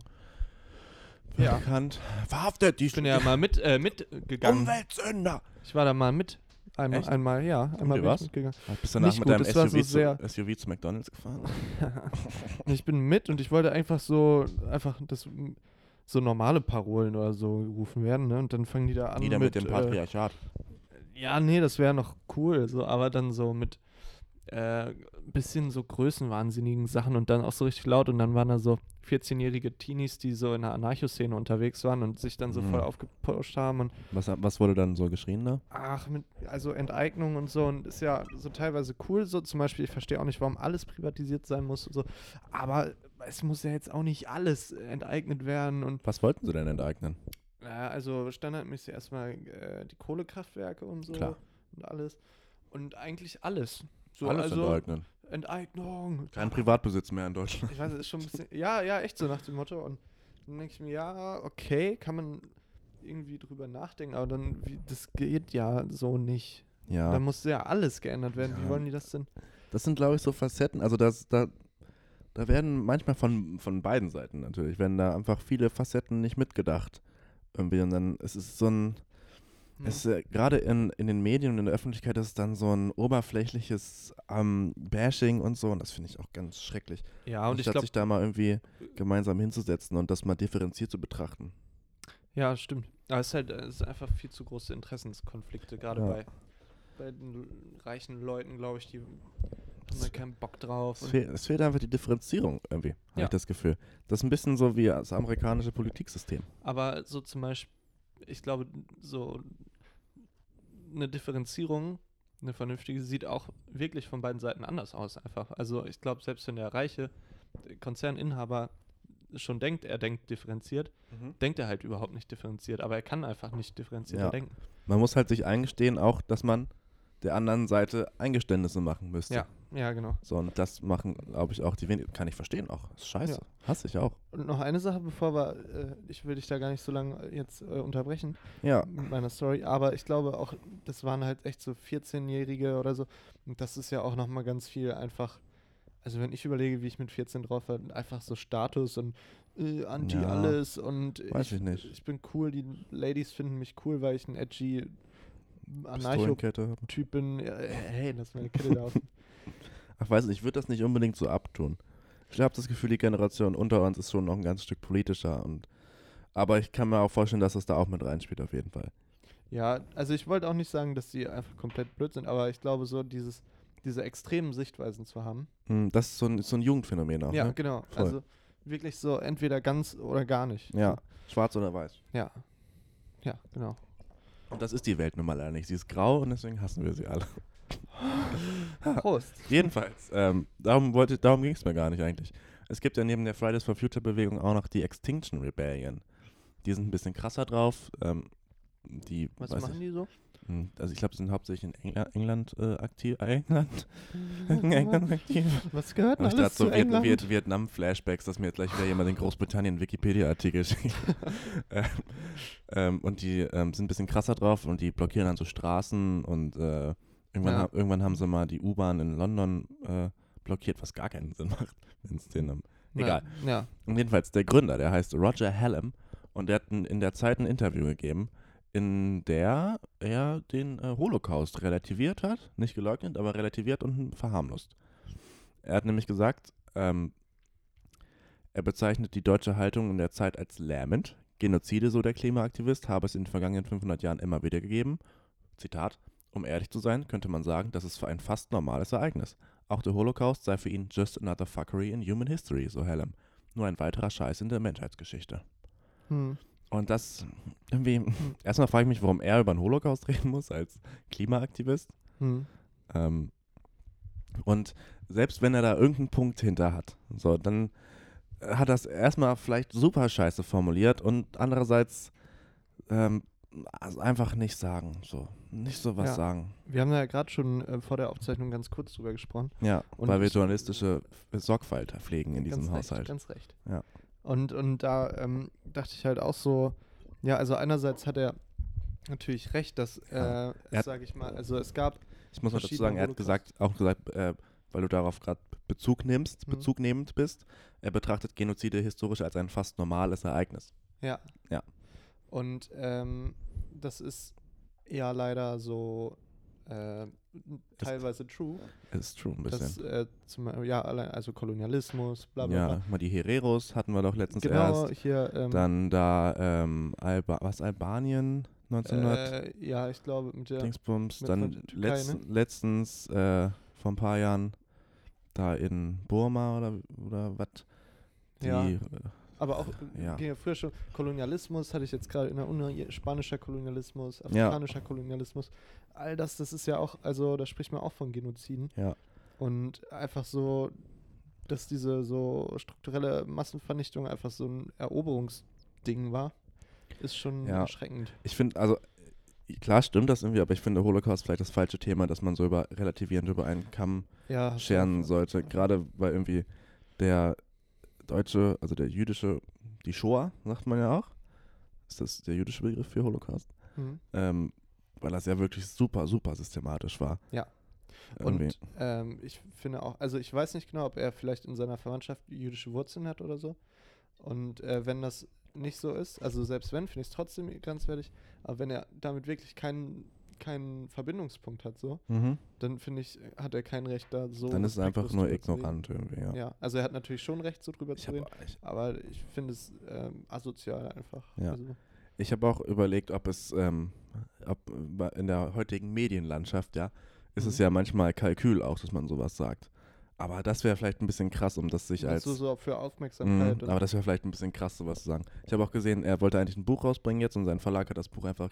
Speaker 7: Ja.
Speaker 1: bekannt. Verhaftet die
Speaker 7: Ich bin ja mal mit, äh, mitgegangen.
Speaker 1: Umweltsünder.
Speaker 7: Ich war da mal mit. Ein,
Speaker 1: Echt?
Speaker 7: einmal, ja. Einmal
Speaker 1: ihr
Speaker 7: bin ich
Speaker 1: was?
Speaker 7: mitgegangen.
Speaker 1: Bist du danach
Speaker 7: Nicht
Speaker 1: mit
Speaker 7: gut,
Speaker 1: deinem
Speaker 7: das war
Speaker 1: SUV,
Speaker 7: so sehr-
Speaker 1: zu, SUV zu McDonalds gefahren?
Speaker 7: Ich bin mit und ich wollte einfach so, einfach das, so normale Parolen oder so gerufen werden, ne? Und dann fangen die da an
Speaker 1: Nieder mit, dem
Speaker 7: äh,
Speaker 1: Patriarchat.
Speaker 7: Ja, nee, das wäre noch cool, so, aber dann so mit äh, bisschen so größenwahnsinnigen Sachen und dann auch so richtig laut und dann waren da so 14-jährige Teenies, die so in der Anarchoszene unterwegs waren und sich dann so
Speaker 1: Mhm.
Speaker 7: voll aufgepauscht haben und
Speaker 1: Was, was wurde dann so geschrien da?
Speaker 7: ach, mit, also Enteignung und so und ist ja so teilweise cool, so zum Beispiel, ich verstehe auch nicht, warum alles privatisiert sein muss und so, aber es muss ja jetzt auch nicht alles enteignet werden und
Speaker 1: Was wollten sie denn enteignen?
Speaker 7: Ja, also standardmäßig erstmal äh, die Kohlekraftwerke und so
Speaker 1: Klar.
Speaker 7: und alles. Und eigentlich alles. So,
Speaker 1: Alles
Speaker 7: also
Speaker 1: enteignen.
Speaker 7: Enteignung.
Speaker 1: Kein Privatbesitz mehr in Deutschland.
Speaker 7: Ich weiß, es ist schon ein bisschen. Ja, ja, echt so nach dem Motto. Und dann denke ich mir, ja, okay, kann man irgendwie drüber nachdenken, aber dann, wie, das geht ja so nicht. Da
Speaker 1: Ja,
Speaker 7: muss ja alles geändert werden. Wie
Speaker 1: Ja.
Speaker 7: wollen die das denn?
Speaker 1: das sind, glaube ich, so Facetten. Also das, da, da werden manchmal von, von beiden Seiten natürlich, werden da einfach viele Facetten nicht mitgedacht. Irgendwie. Und dann es ist so ein,
Speaker 7: Hm.
Speaker 1: es ist äh, gerade in, in den Medien und in der Öffentlichkeit ist dann so ein oberflächliches ähm, Bashing und so. Und das finde ich auch ganz schrecklich.
Speaker 7: Ja, und ich Äh,
Speaker 1: Anstatt
Speaker 7: glaube,
Speaker 1: sich da mal irgendwie gemeinsam hinzusetzen und das mal differenziert zu betrachten.
Speaker 7: ja, stimmt. Aber es ist halt äh, es sind einfach viel zu große Interessenskonflikte, gerade
Speaker 1: Ja.
Speaker 7: bei, bei den reichen Leuten, glaube ich, die haben da keinen Bock drauf.
Speaker 1: Es,
Speaker 7: Und,
Speaker 1: fehl, es fehlt einfach die Differenzierung irgendwie, habe
Speaker 7: Ja.
Speaker 1: ich das Gefühl. Das ist ein bisschen so wie das amerikanische Politiksystem.
Speaker 7: aber so zum Beispiel, ich glaube, so eine Differenzierung, eine vernünftige, sieht auch wirklich von beiden Seiten anders aus einfach. Also ich glaube, selbst wenn der reiche Konzerninhaber schon denkt, er denkt differenziert, denkt er halt überhaupt nicht differenziert, aber er kann einfach nicht differenzierter
Speaker 1: Mhm. Ja.
Speaker 7: denken.
Speaker 1: Man muss halt sich eingestehen, auch, dass man der anderen Seite Eingeständnisse machen müsste.
Speaker 7: Ja, ja, genau.
Speaker 1: So, und das machen, glaube ich, auch die wenigen. Kann ich verstehen auch. Ist scheiße. Hasse ich auch.
Speaker 7: Und noch eine Sache, bevor wir, äh, ich will dich da gar nicht so lange äh, jetzt äh, unterbrechen
Speaker 1: Ja.
Speaker 7: mit meiner Story, aber ich glaube auch, das waren halt echt so 14-Jährige oder so. Und das ist ja auch nochmal ganz viel einfach, also wenn ich überlege, wie ich mit 14 drauf war, einfach so Status und äh, anti
Speaker 1: Ja,
Speaker 7: alles und
Speaker 1: weiß ich nicht.
Speaker 7: ich bin cool, die Ladies finden mich cool, weil ich ein edgy Anarcho-Typ
Speaker 1: Pistolenkette.
Speaker 7: bin. Ja, äh, hey, lass meine Kette da auf.
Speaker 1: Ach, weiß nicht, ich würde das nicht unbedingt so abtun. Ich habe das Gefühl, die Generation unter uns ist schon noch ein ganz Stück politischer. Und, aber ich kann mir auch vorstellen, dass das da auch mit reinspielt, auf jeden Fall.
Speaker 7: Ja, also ich wollte auch nicht sagen, dass die einfach komplett blöd sind, aber ich glaube so dieses diese extremen Sichtweisen zu haben.
Speaker 1: Hm, Das ist so ein, so ein Jugendphänomen auch.
Speaker 7: ja,
Speaker 1: ne?
Speaker 7: genau.
Speaker 1: Voll.
Speaker 7: Also wirklich so entweder ganz oder gar nicht.
Speaker 1: ja. Schwarz oder weiß.
Speaker 7: Ja. Ja, genau.
Speaker 1: Und das ist die Welt nun mal leider nicht. Sie ist grau und deswegen hassen wir sie alle. Ah.
Speaker 7: Prost.
Speaker 1: Jedenfalls, ähm, darum, wollte- darum ging es mir gar nicht eigentlich. Es gibt ja neben der Fridays for Future Bewegung auch noch die Extinction Rebellion. Die sind ein bisschen krasser drauf. Ähm, die,
Speaker 7: Was
Speaker 1: weiß
Speaker 7: machen die so?
Speaker 1: ich, hm, also ich glaube, sie sind hauptsächlich in Engla England äh, aktiv. äh, England? In England aktiv.
Speaker 7: Was gehört
Speaker 1: Habe
Speaker 7: denn
Speaker 1: ich gerade
Speaker 7: alles zu
Speaker 1: so Viet
Speaker 7: England?
Speaker 1: Viet Vietnam-Flashbacks, dass mir jetzt gleich wieder jemand in Großbritannien einen Wikipedia-Artikel schickt. ähm, ähm, und die ähm, sind ein bisschen krasser drauf und die blockieren dann so Straßen und äh, irgendwann,
Speaker 7: Ja.
Speaker 1: ha irgendwann haben sie mal die U-Bahn in London äh, blockiert, was gar keinen Sinn macht, wenn es denen am Egal.
Speaker 7: Ja, ja.
Speaker 1: und jedenfalls der Gründer, der heißt Roger Hallam und der hat ein, in der Zeit ein Interview gegeben, in der er den äh, Holocaust relativiert hat, nicht geleugnet, aber relativiert und verharmlost. Er hat nämlich gesagt, ähm, er bezeichnet die deutsche Haltung in der Zeit als lähmend. Genozide, so der Klimaaktivist, habe es in den vergangenen 500 Jahren immer wieder gegeben. Zitat, um ehrlich zu sein, könnte man sagen, das ist für ein fast normales Ereignis. Auch der Holocaust sei für ihn just another fuckery in human history, so Hallam nur ein weiterer Scheiß in der Menschheitsgeschichte.
Speaker 7: Hm.
Speaker 1: Und das irgendwie, erstmal frage ich mich, warum er über den Holocaust reden muss als Klimaaktivist.
Speaker 7: Hm.
Speaker 1: Ähm, und selbst wenn er da irgendeinen Punkt hinter hat, so, dann hat das erstmal vielleicht super scheiße formuliert und andererseits ähm, also einfach nicht sagen, so, nicht sowas
Speaker 7: Ja.
Speaker 1: sagen.
Speaker 7: Wir haben da ja gerade schon äh, vor der Aufzeichnung ganz kurz drüber gesprochen.
Speaker 1: Ja,
Speaker 7: Und
Speaker 1: weil wir
Speaker 7: ich-
Speaker 1: journalistische Sorgfalt pflegen in diesem
Speaker 7: ganz Recht,
Speaker 1: Haushalt.
Speaker 7: ganz recht.
Speaker 1: Ja.
Speaker 7: Und, und da ähm, dachte ich halt auch so, ja, also einerseits hat er natürlich recht, dass,
Speaker 1: Ja.
Speaker 7: äh,
Speaker 1: Er hat-
Speaker 7: sage ich mal, also es gab,
Speaker 1: Ich muss noch dazu
Speaker 7: verschiedene
Speaker 1: sagen, er hat
Speaker 7: Holocaust.
Speaker 1: gesagt, auch gesagt, äh, weil du darauf gerade Bezug nimmst,
Speaker 7: Mhm.
Speaker 1: Bezug nehmend bist, er betrachtet Genozide historisch als ein fast normales Ereignis.
Speaker 7: ja.
Speaker 1: Ja.
Speaker 7: Und ähm, das ist ja leider so äh, teilweise true,
Speaker 1: Ist true ein
Speaker 7: dass
Speaker 1: bisschen.
Speaker 7: äh, zum, ja, allein, also Kolonialismus, bla bla bla.
Speaker 1: ja, mal die Hereros hatten wir doch letztens
Speaker 7: Genau,
Speaker 1: erst.
Speaker 7: hier, ähm,
Speaker 1: Dann da ähm, Alba, was Albanien 1900
Speaker 7: äh, ja, ich glaube, mit der,
Speaker 1: Dingsbums,
Speaker 7: mit
Speaker 1: dann
Speaker 7: von der Türkei, ne?
Speaker 1: letzt, letztens äh, vor ein paar Jahren da in Burma oder oder was die
Speaker 7: ja,
Speaker 1: äh,
Speaker 7: Aber auch
Speaker 1: Ja.
Speaker 7: ja. ging ja früher schon. Kolonialismus hatte ich jetzt gerade in der Uni, spanischer Kolonialismus,
Speaker 1: Ja.
Speaker 7: afrikanischer Kolonialismus. All das, das ist ja auch, also da spricht man auch von Genoziden.
Speaker 1: Ja.
Speaker 7: Und einfach so, dass diese so strukturelle Massenvernichtung einfach so ein Eroberungsding war. ist schon
Speaker 1: Ja.
Speaker 7: erschreckend.
Speaker 1: Ich finde, also äh, klar stimmt das irgendwie, aber ich finde Holocaust vielleicht das falsche Thema, dass man so über relativierend über einen Kamm
Speaker 7: Ja, hast du
Speaker 1: scheren
Speaker 7: recht.
Speaker 1: sollte. Gerade weil irgendwie der deutsche, also der jüdische, die Shoah, sagt man ja auch. Ist das der jüdische Begriff für Holocaust?
Speaker 7: Mhm.
Speaker 1: Ähm, weil das ja wirklich super, super systematisch war.
Speaker 7: Ja.
Speaker 1: Irgendwie.
Speaker 7: Und ähm, ich finde auch, also ich weiß nicht genau, ob er vielleicht in seiner Verwandtschaft jüdische Wurzeln hat oder so. Und äh, wenn das nicht so ist, also selbst wenn, finde ich es trotzdem grenzwertig, aber wenn er damit wirklich keinen keinen Verbindungspunkt hat, so,
Speaker 1: mhm.
Speaker 7: dann finde ich, hat er kein Recht da so.
Speaker 1: Dann ist es einfach
Speaker 7: respektlos
Speaker 1: nur
Speaker 7: drüber zu reden.
Speaker 1: ignorant irgendwie, ja.
Speaker 7: Ja, also er hat natürlich schon Recht, so drüber
Speaker 1: Ich
Speaker 7: zu reden,
Speaker 1: habe ich,
Speaker 7: aber ich finde es ähm, asozial einfach.
Speaker 1: Ja.
Speaker 7: Also,
Speaker 1: ich hab auch überlegt, ob es, ähm, ob bei- in der heutigen Medienlandschaft, ja, ist es
Speaker 7: Mhm.
Speaker 1: ja manchmal Kalkül auch, dass man sowas sagt. Aber das wäre vielleicht ein bisschen krass, um das sich als.
Speaker 7: also so für
Speaker 1: Mhm,
Speaker 7: Aufmerksamkeit. und,
Speaker 1: aber das wäre vielleicht ein bisschen krass, sowas zu sagen. Ich habe auch gesehen, er wollte eigentlich ein Buch rausbringen jetzt und sein Verlag hat das Buch einfach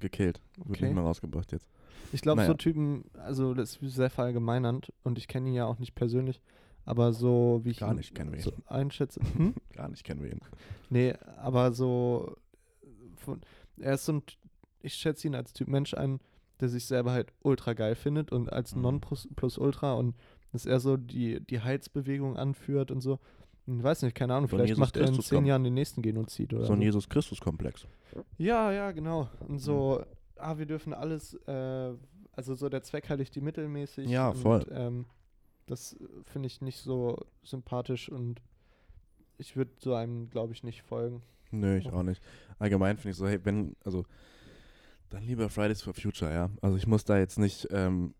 Speaker 1: gekillt. Wird
Speaker 7: Okay.
Speaker 1: nicht mehr rausgebracht jetzt.
Speaker 7: Ich glaube,
Speaker 1: Naja.
Speaker 7: so Typen, also das ist sehr verallgemeinernd und ich kenne ihn ja auch nicht persönlich, aber so wie ich
Speaker 1: Gar
Speaker 7: ihn
Speaker 1: nicht kennen wir ihn.
Speaker 7: so einschätze. Hm?
Speaker 1: Gar nicht kennen wir ihn.
Speaker 7: Nee, aber so von, er ist so ein, T- ich schätze ihn als Typ Mensch ein, der sich selber halt ultra geil findet und als
Speaker 1: Mhm.
Speaker 7: Non plus, plus ultra und dass er so die, die Heilsbewegung anführt und so. Ich weiß nicht, keine Ahnung,
Speaker 1: So ein
Speaker 7: vielleicht
Speaker 1: Jesus
Speaker 7: macht er in
Speaker 1: Christus
Speaker 7: zehn
Speaker 1: kommt.
Speaker 7: Jahren den nächsten Genozid oder
Speaker 1: So ein Jesus Christus-Komplex.
Speaker 7: ja, ja, genau. Und so,
Speaker 1: Mhm.
Speaker 7: ah, wir dürfen alles, äh, also so der Zweck heiligt die Mittel mäßig.
Speaker 1: Ja,
Speaker 7: und,
Speaker 1: voll.
Speaker 7: Ähm, das äh, finde ich nicht so sympathisch und ich würde so einem, glaube ich, nicht folgen.
Speaker 1: Nö, ich auch nicht. Allgemein finde ich so, hey, wenn, also, dann lieber Fridays for Future, ja. Also ich muss da jetzt nicht ähm,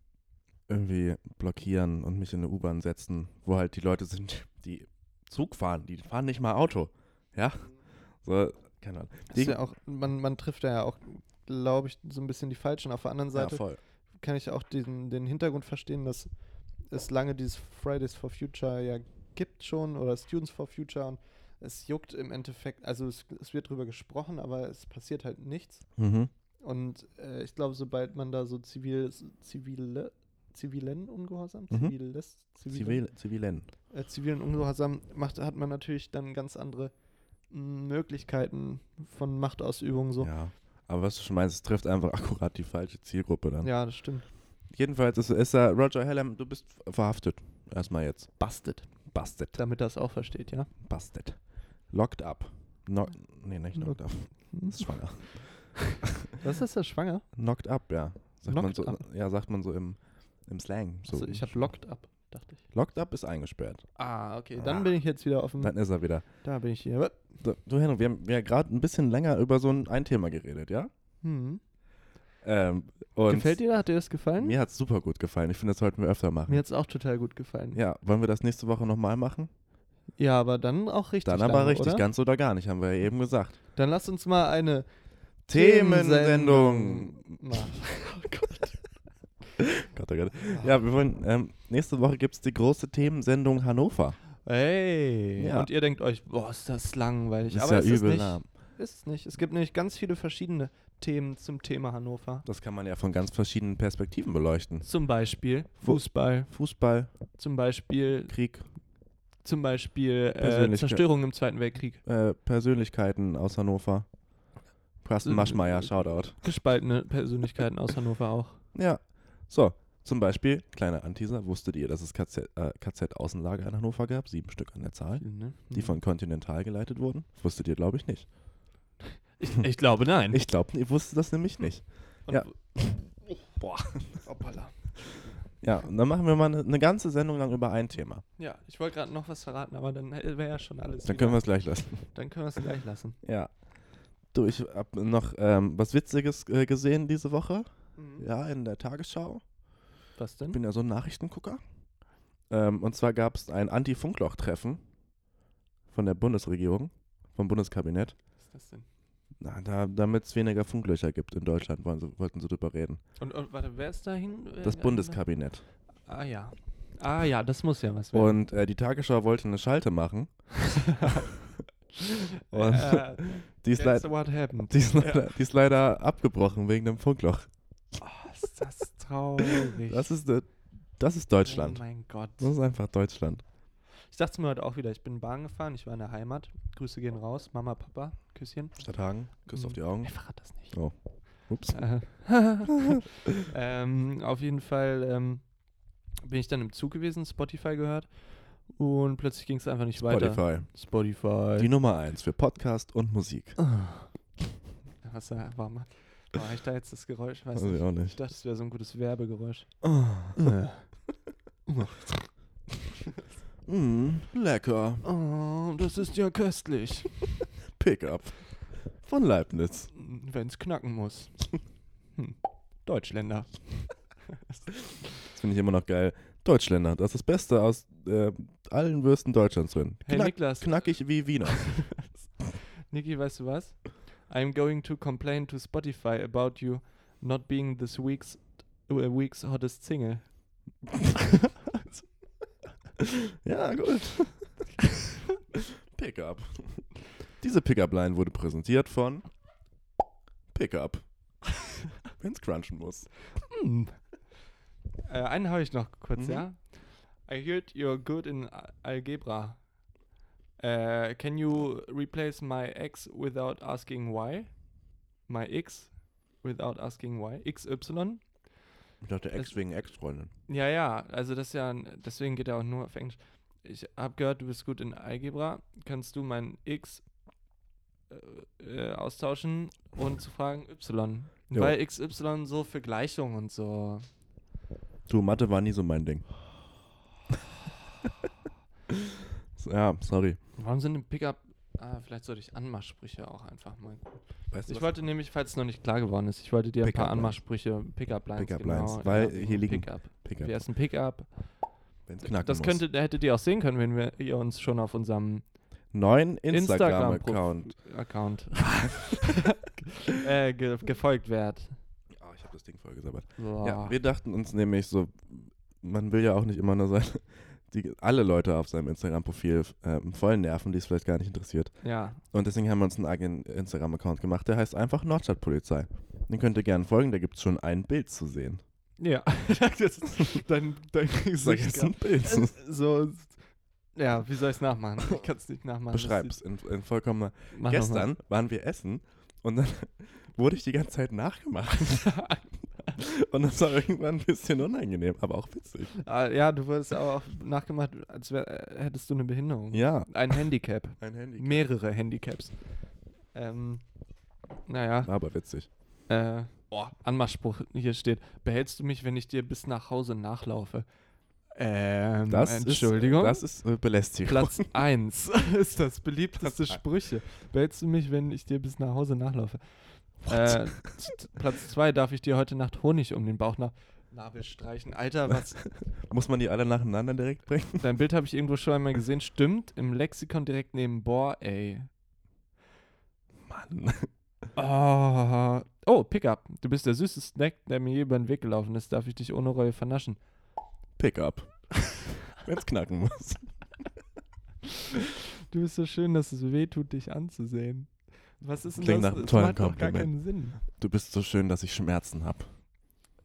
Speaker 1: irgendwie blockieren und mich in eine U-Bahn setzen, wo halt die Leute sind, die Zug fahren, die fahren nicht mal Auto, ja. So, keine Ahnung.
Speaker 7: Ist ja auch, man, man trifft da ja auch, glaube ich, so ein bisschen die Falschen. Auf der anderen
Speaker 1: ja,
Speaker 7: Seite
Speaker 1: voll.
Speaker 7: kann ich auch diesen, den Hintergrund verstehen, dass es lange dieses Fridays for Future ja gibt schon oder Students for Future und es juckt im Endeffekt, also es, es wird drüber gesprochen, aber es passiert halt nichts.
Speaker 1: Mhm.
Speaker 7: Und äh, ich glaube, sobald man da so zivil, zivile, zivilen Ungehorsam,
Speaker 1: Mhm.
Speaker 7: ziviles, zivile,
Speaker 1: Zivil, Zivilen.
Speaker 7: äh, zivilen Ungehorsam macht, hat man natürlich dann ganz andere m, Möglichkeiten von Machtausübung so. Ja,
Speaker 1: Ja. Aber was du schon meinst, es trifft einfach akkurat die falsche Zielgruppe dann.
Speaker 7: das stimmt.
Speaker 1: Jedenfalls ist, ist er Roger Hallam, du bist verhaftet. Erstmal jetzt.
Speaker 7: Bastet.
Speaker 1: Busted.
Speaker 7: Damit das auch versteht, ja.
Speaker 1: Busted. Locked up. No nee, nicht knocked
Speaker 7: Locked-
Speaker 1: up.
Speaker 7: Hm?
Speaker 1: Ist schwanger.
Speaker 7: Was ist das schwanger?
Speaker 1: knocked up, ja. Sagt man
Speaker 7: Knocked
Speaker 1: so,
Speaker 7: up.
Speaker 1: ja, sagt man so im, im Slang. So.
Speaker 7: Also ich habe locked up, dachte ich.
Speaker 1: locked up ist eingesperrt.
Speaker 7: Ah, okay.
Speaker 1: Ah.
Speaker 7: Dann bin ich jetzt wieder offen.
Speaker 1: Dann ist er wieder.
Speaker 7: Da bin ich hier.
Speaker 1: So, du, Henrik, wir haben wir haben gerade ein bisschen länger über so ein, ein Thema geredet, ja?
Speaker 7: Hm.
Speaker 1: Ähm, und
Speaker 7: Gefällt dir das? Hat dir das gefallen?
Speaker 1: Mir hat es super gut gefallen. Ich finde, das sollten wir öfter machen.
Speaker 7: Mir hat es auch total gut gefallen.
Speaker 1: Ja, wollen wir das nächste Woche nochmal machen?
Speaker 7: Ja, aber dann auch richtig.
Speaker 1: Dann aber
Speaker 7: lange,
Speaker 1: richtig,
Speaker 7: oder?
Speaker 1: ganz oder gar nicht, haben wir ja eben gesagt.
Speaker 7: Dann lasst uns mal eine
Speaker 1: Themensendung.
Speaker 7: machen.
Speaker 1: Gott, oh Gott. Ja, wir wollen, ähm, nächste Woche gibt es die große Themensendung Hannover.
Speaker 7: Hey,
Speaker 1: Ja.
Speaker 7: und ihr denkt euch, boah, ist das langweilig.
Speaker 1: Ist
Speaker 7: Aber
Speaker 1: ja
Speaker 7: ist
Speaker 1: übel
Speaker 7: es
Speaker 1: lahm.
Speaker 7: nicht. Ist es nicht. Es gibt nämlich ganz viele verschiedene Themen zum Thema Hannover.
Speaker 1: Das kann man ja von ganz verschiedenen Perspektiven beleuchten.
Speaker 7: Zum Beispiel
Speaker 1: Wo-
Speaker 7: Fußball,
Speaker 1: Fußball,
Speaker 7: zum Beispiel,
Speaker 1: Krieg,
Speaker 7: zum Beispiel äh,
Speaker 1: Persönlichkeit.
Speaker 7: Zerstörung im Zweiten Weltkrieg.
Speaker 1: äh, Persönlichkeiten aus Hannover. Carsten
Speaker 7: Äh,
Speaker 1: Maschmeyer,
Speaker 7: äh,
Speaker 1: Shoutout.
Speaker 7: Gespaltene Persönlichkeiten aus Hannover auch.
Speaker 1: Ja, so. Zum Beispiel, kleiner Anteaser, wusstet ihr, dass es KZ, äh, KZ-Außenlager in Hannover gab? Sieben Stück an der Zahl,
Speaker 7: Ne?
Speaker 1: die von Continental geleitet wurden? Wusstet ihr, glaube ich, nicht.
Speaker 7: ich, ich glaube, nein.
Speaker 1: Ich glaube, ihr wusstet das nämlich nicht.
Speaker 7: Mhm. Und
Speaker 1: ja.
Speaker 7: wo- Oh,
Speaker 1: Boah.
Speaker 7: Hoppala.
Speaker 1: Ja, und dann machen wir mal eine, eine ganze Sendung lang über ein Thema.
Speaker 7: Ja, ich wollte gerade noch was verraten, aber dann wäre ja schon alles.
Speaker 1: Dann können wir
Speaker 7: wieder-
Speaker 1: es gleich lassen.
Speaker 7: dann können wir es gleich lassen.
Speaker 1: Ja. Du, ich habe noch ähm, was Witziges äh, gesehen diese Woche.
Speaker 7: Mhm.
Speaker 1: Ja, in der Tagesschau.
Speaker 7: Was denn?
Speaker 1: Ich bin ja so ein Nachrichtengucker. Ähm, und zwar gab es ein Anti-Funkloch-Treffen von der Bundesregierung, vom Bundeskabinett.
Speaker 7: Was ist das denn?
Speaker 1: Na, da, damit es weniger Funklöcher gibt in Deutschland, wollen sie, wollten sie drüber reden.
Speaker 7: Und, und warte, wer ist dahin? Wer-
Speaker 1: Das
Speaker 7: wer-
Speaker 1: Bundeskabinett.
Speaker 7: Ah ja. Ah ja, das muss ja was werden.
Speaker 1: Und äh, die Tagesschau wollte eine Schalte machen. und
Speaker 7: äh,
Speaker 1: die, ist
Speaker 7: that's
Speaker 1: leid,
Speaker 7: what happened.
Speaker 1: die, ist leider, die ist leider abgebrochen wegen dem Funkloch.
Speaker 7: Oh, ist das traurig.
Speaker 1: Das ist, äh, das ist
Speaker 7: Oh
Speaker 1: Deutschland. Hm?
Speaker 7: mein Gott.
Speaker 1: Das ist einfach Deutschland.
Speaker 7: Ich dachte mir heute auch wieder, ich bin Bahn gefahren, ich war in der Heimat. Grüße gehen raus, Mama, Papa, Küsschen.
Speaker 1: Stadthagen, küsst auf die Augen.
Speaker 7: Ich verrate das nicht.
Speaker 1: Hm. Ups.
Speaker 7: Äh, ähm, auf jeden Fall ähm, bin ich dann im Zug gewesen, Spotify gehört und plötzlich ging es einfach nicht weiter.
Speaker 1: Spotify.
Speaker 7: Spotify.
Speaker 1: Die Nummer eins für Podcast und Musik.
Speaker 7: Was äh, da war mal? War ich da jetzt das Geräusch? Weiß
Speaker 1: Weiß
Speaker 7: nicht.
Speaker 1: ich auch
Speaker 7: Ich
Speaker 1: nicht.
Speaker 7: dachte, es wäre so ein gutes Werbegeräusch.
Speaker 1: Mm, lecker.
Speaker 7: Oh, das ist ja köstlich,
Speaker 1: Pickup. Von Leibniz.
Speaker 7: wenn es Hm, knacken muss. Hm. Deutschländer.
Speaker 1: Das finde ich immer noch geil. Deutschländer, das ist das Beste aus äh, allen Würsten Deutschlands drin.
Speaker 7: Hey
Speaker 1: Knack,
Speaker 7: Niklas,
Speaker 1: knackig wie Wiener.
Speaker 7: Niki, weißt du was? I'm going to complain to Spotify about you not being this week's uh, week's hottest single.
Speaker 1: ja, gut. Pickup. Diese Pickup-Line wurde präsentiert von Pickup. Wenn's crunchen muss.
Speaker 7: Äh, einen habe ich noch kurz,
Speaker 1: Mhm.
Speaker 7: ja. I heard you're good in Al- algebra. Äh, can you replace my x without asking why? My x without asking why? XY?
Speaker 1: Ich dachte Ex
Speaker 7: Es-
Speaker 1: wegen Ex-Freundin.
Speaker 7: Ja, ja, also das ist ja, ein- deswegen geht er auch nur auf Englisch. Ich habe gehört, du bist gut in Algebra. Kannst du mein X äh, äh, austauschen und zu fragen Y?
Speaker 1: Jo.
Speaker 7: Weil XY so für Gleichungen und so.
Speaker 1: Du, Mathe war nie so mein Ding. ja, sorry.
Speaker 7: Warum sind im Pickup. Ah, vielleicht sollte ich Anmachsprüche auch einfach mal.
Speaker 1: Weißt
Speaker 7: Ich wollte nämlich, falls es noch nicht klar geworden ist, ich wollte dir ein paar
Speaker 1: Pickup-Lines.
Speaker 7: Anmachsprüche, Pickup-Lines.
Speaker 1: Pickup-Lines,
Speaker 7: genau,
Speaker 1: weil
Speaker 7: ja,
Speaker 1: hier liegen-
Speaker 7: Pickup.
Speaker 1: Pickup,
Speaker 7: Wir essen Pickup.
Speaker 1: wenn's knacken
Speaker 7: Das
Speaker 1: muss.
Speaker 7: könnte, hättet ihr auch sehen können, wenn wir ihr uns schon auf unserem
Speaker 1: Neuen
Speaker 7: Instagram-Prof-
Speaker 1: Instagram-Account.
Speaker 7: Account äh, ge gefolgt werdet.
Speaker 1: Ah, ich habe das Ding voll gesabbert.
Speaker 7: So.
Speaker 1: Ja, wir dachten uns nämlich so, man will ja auch nicht immer nur sein, die, alle Leute auf seinem Instagram-Profil ähm, voll nerven, die es vielleicht gar nicht interessiert.
Speaker 7: ja.
Speaker 1: Und deswegen haben wir uns einen eigenen Instagram-Account gemacht, der heißt einfach Nordstadtpolizei. Den könnt ihr gerne folgen, da gibt es schon ein Bild zu sehen.
Speaker 7: Ja. das ist dein, dein
Speaker 1: Sag ich
Speaker 7: Gesicht.
Speaker 1: jetzt ein Bild.
Speaker 7: grad. So. Ja, wie soll ich es nachmachen? Ich kann es nicht nachmachen. das
Speaker 1: Beschreib's in, in vollkommener.
Speaker 7: sieht- Mach noch mal.
Speaker 1: Gestern waren wir essen und dann wurde ich die ganze Zeit nachgemacht. und das war irgendwann ein bisschen unangenehm, aber auch witzig.
Speaker 7: Ah, ja, du wurdest aber auch nachgemacht, als wär, äh, hättest du eine Behinderung.
Speaker 1: Ja,
Speaker 7: Ein Handicap.
Speaker 1: ein Handy.
Speaker 7: Mehrere Handicaps. Ähm, naja,
Speaker 1: War aber witzig.
Speaker 7: äh, boah, Anmachspruch hier steht: Behältst du mich, wenn ich dir bis nach Hause nachlaufe? Ähm,
Speaker 1: Das
Speaker 7: Entschuldigung.
Speaker 1: Ist, das ist äh, Belästigung.
Speaker 7: Platz 1 ist das beliebteste
Speaker 1: Platz ein.
Speaker 7: Sprüche. Behältst du mich, wenn ich dir bis nach Hause nachlaufe? Äh, z- Platz 2 darf ich dir heute Nacht Honig um den Bauch nach Nabel streichen. Alter, was?
Speaker 1: Muss man die alle nacheinander direkt bringen?
Speaker 7: Dein Bild habe ich irgendwo schon einmal gesehen. Stimmt, im Lexikon direkt neben Boah, ey.
Speaker 1: Mann.
Speaker 7: Oh, oh Pickup. Du bist der süße Snack, der mir je über den Weg gelaufen ist. Darf ich dich ohne Reue vernaschen?
Speaker 1: Pickup. Wenn's knacken muss.
Speaker 7: Du bist so schön, dass es weh tut, dich anzusehen. Was ist denn
Speaker 1: Klingt
Speaker 7: das?
Speaker 1: nach einem
Speaker 7: das
Speaker 1: tollen
Speaker 7: macht doch gar keinen
Speaker 1: Kompliment.
Speaker 7: Sinn.
Speaker 1: Du bist so schön, dass ich Schmerzen hab.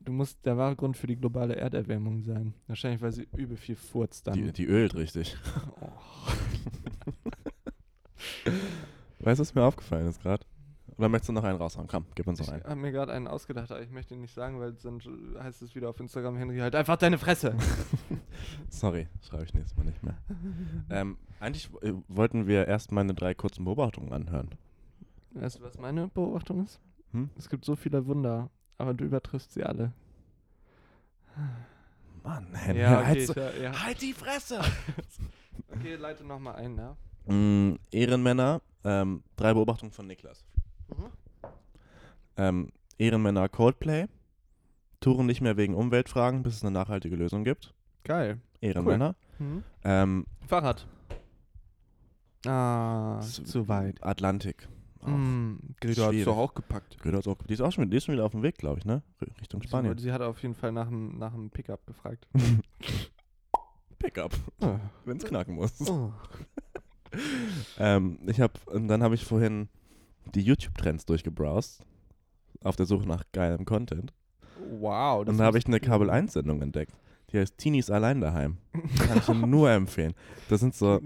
Speaker 7: Du musst der wahre Grund für die globale Erderwärmung sein. Wahrscheinlich, weil sie übel viel furzt dann.
Speaker 1: Die, die ölt richtig.
Speaker 7: Oh.
Speaker 1: Weißt du, was mir aufgefallen ist gerade? Oder möchtest du noch einen raushauen? Komm, gib uns
Speaker 7: Ich
Speaker 1: noch einen.
Speaker 7: habe mir gerade einen ausgedacht, aber ich möchte ihn nicht sagen, weil sonst heißt es wieder auf Instagram, Henry, halt einfach deine Fresse.
Speaker 1: Sorry, schreibe ich nächstes Mal nicht mehr. Ähm, eigentlich äh, wollten wir erst meine drei kurzen Beobachtungen anhören.
Speaker 7: Weißt du, was meine Beobachtung ist?
Speaker 1: Hm?
Speaker 7: Es gibt so viele Wunder, aber du übertriffst sie alle.
Speaker 1: Mann, Henry,
Speaker 7: okay,
Speaker 1: halt, so-
Speaker 7: ich, ja.
Speaker 1: halt die Fresse!
Speaker 7: okay leite nochmal ein, ja.
Speaker 1: Mm, Ehrenmänner, ähm, drei Beobachtungen von Niklas.
Speaker 7: Mhm.
Speaker 1: Ähm, Ehrenmänner Coldplay, touren nicht mehr wegen Umweltfragen, bis es eine nachhaltige Lösung gibt.
Speaker 7: Geil.
Speaker 1: Ehrenmänner.
Speaker 7: Mhm.
Speaker 1: Ähm,
Speaker 7: Fahrrad. Ah,
Speaker 1: S-
Speaker 7: zu weit.
Speaker 1: Atlantik. Auch.
Speaker 7: Mm, Gregor hat's
Speaker 1: schwierig.
Speaker 7: doch auch gepackt.
Speaker 1: Gehört also auch, die, ist auch schon, die ist schon wieder auf dem Weg, glaube ich, ne? R- Richtung Spanien.
Speaker 7: Sie, sie hat auf jeden Fall nach dem, nach dem Pickup gefragt. Oh.
Speaker 1: Pickup, wenn es knacken muss. ähm, ich hab, und dann habe ich vorhin die YouTube-Trends durchgebrowst, auf der Suche nach geilem Content.
Speaker 7: Wow.
Speaker 1: Und dann habe Oh, ich eine Kabel 1-Sendung entdeckt. Die heißt Teenies allein daheim. Kann ich Ihnen nur empfehlen. Das sind so,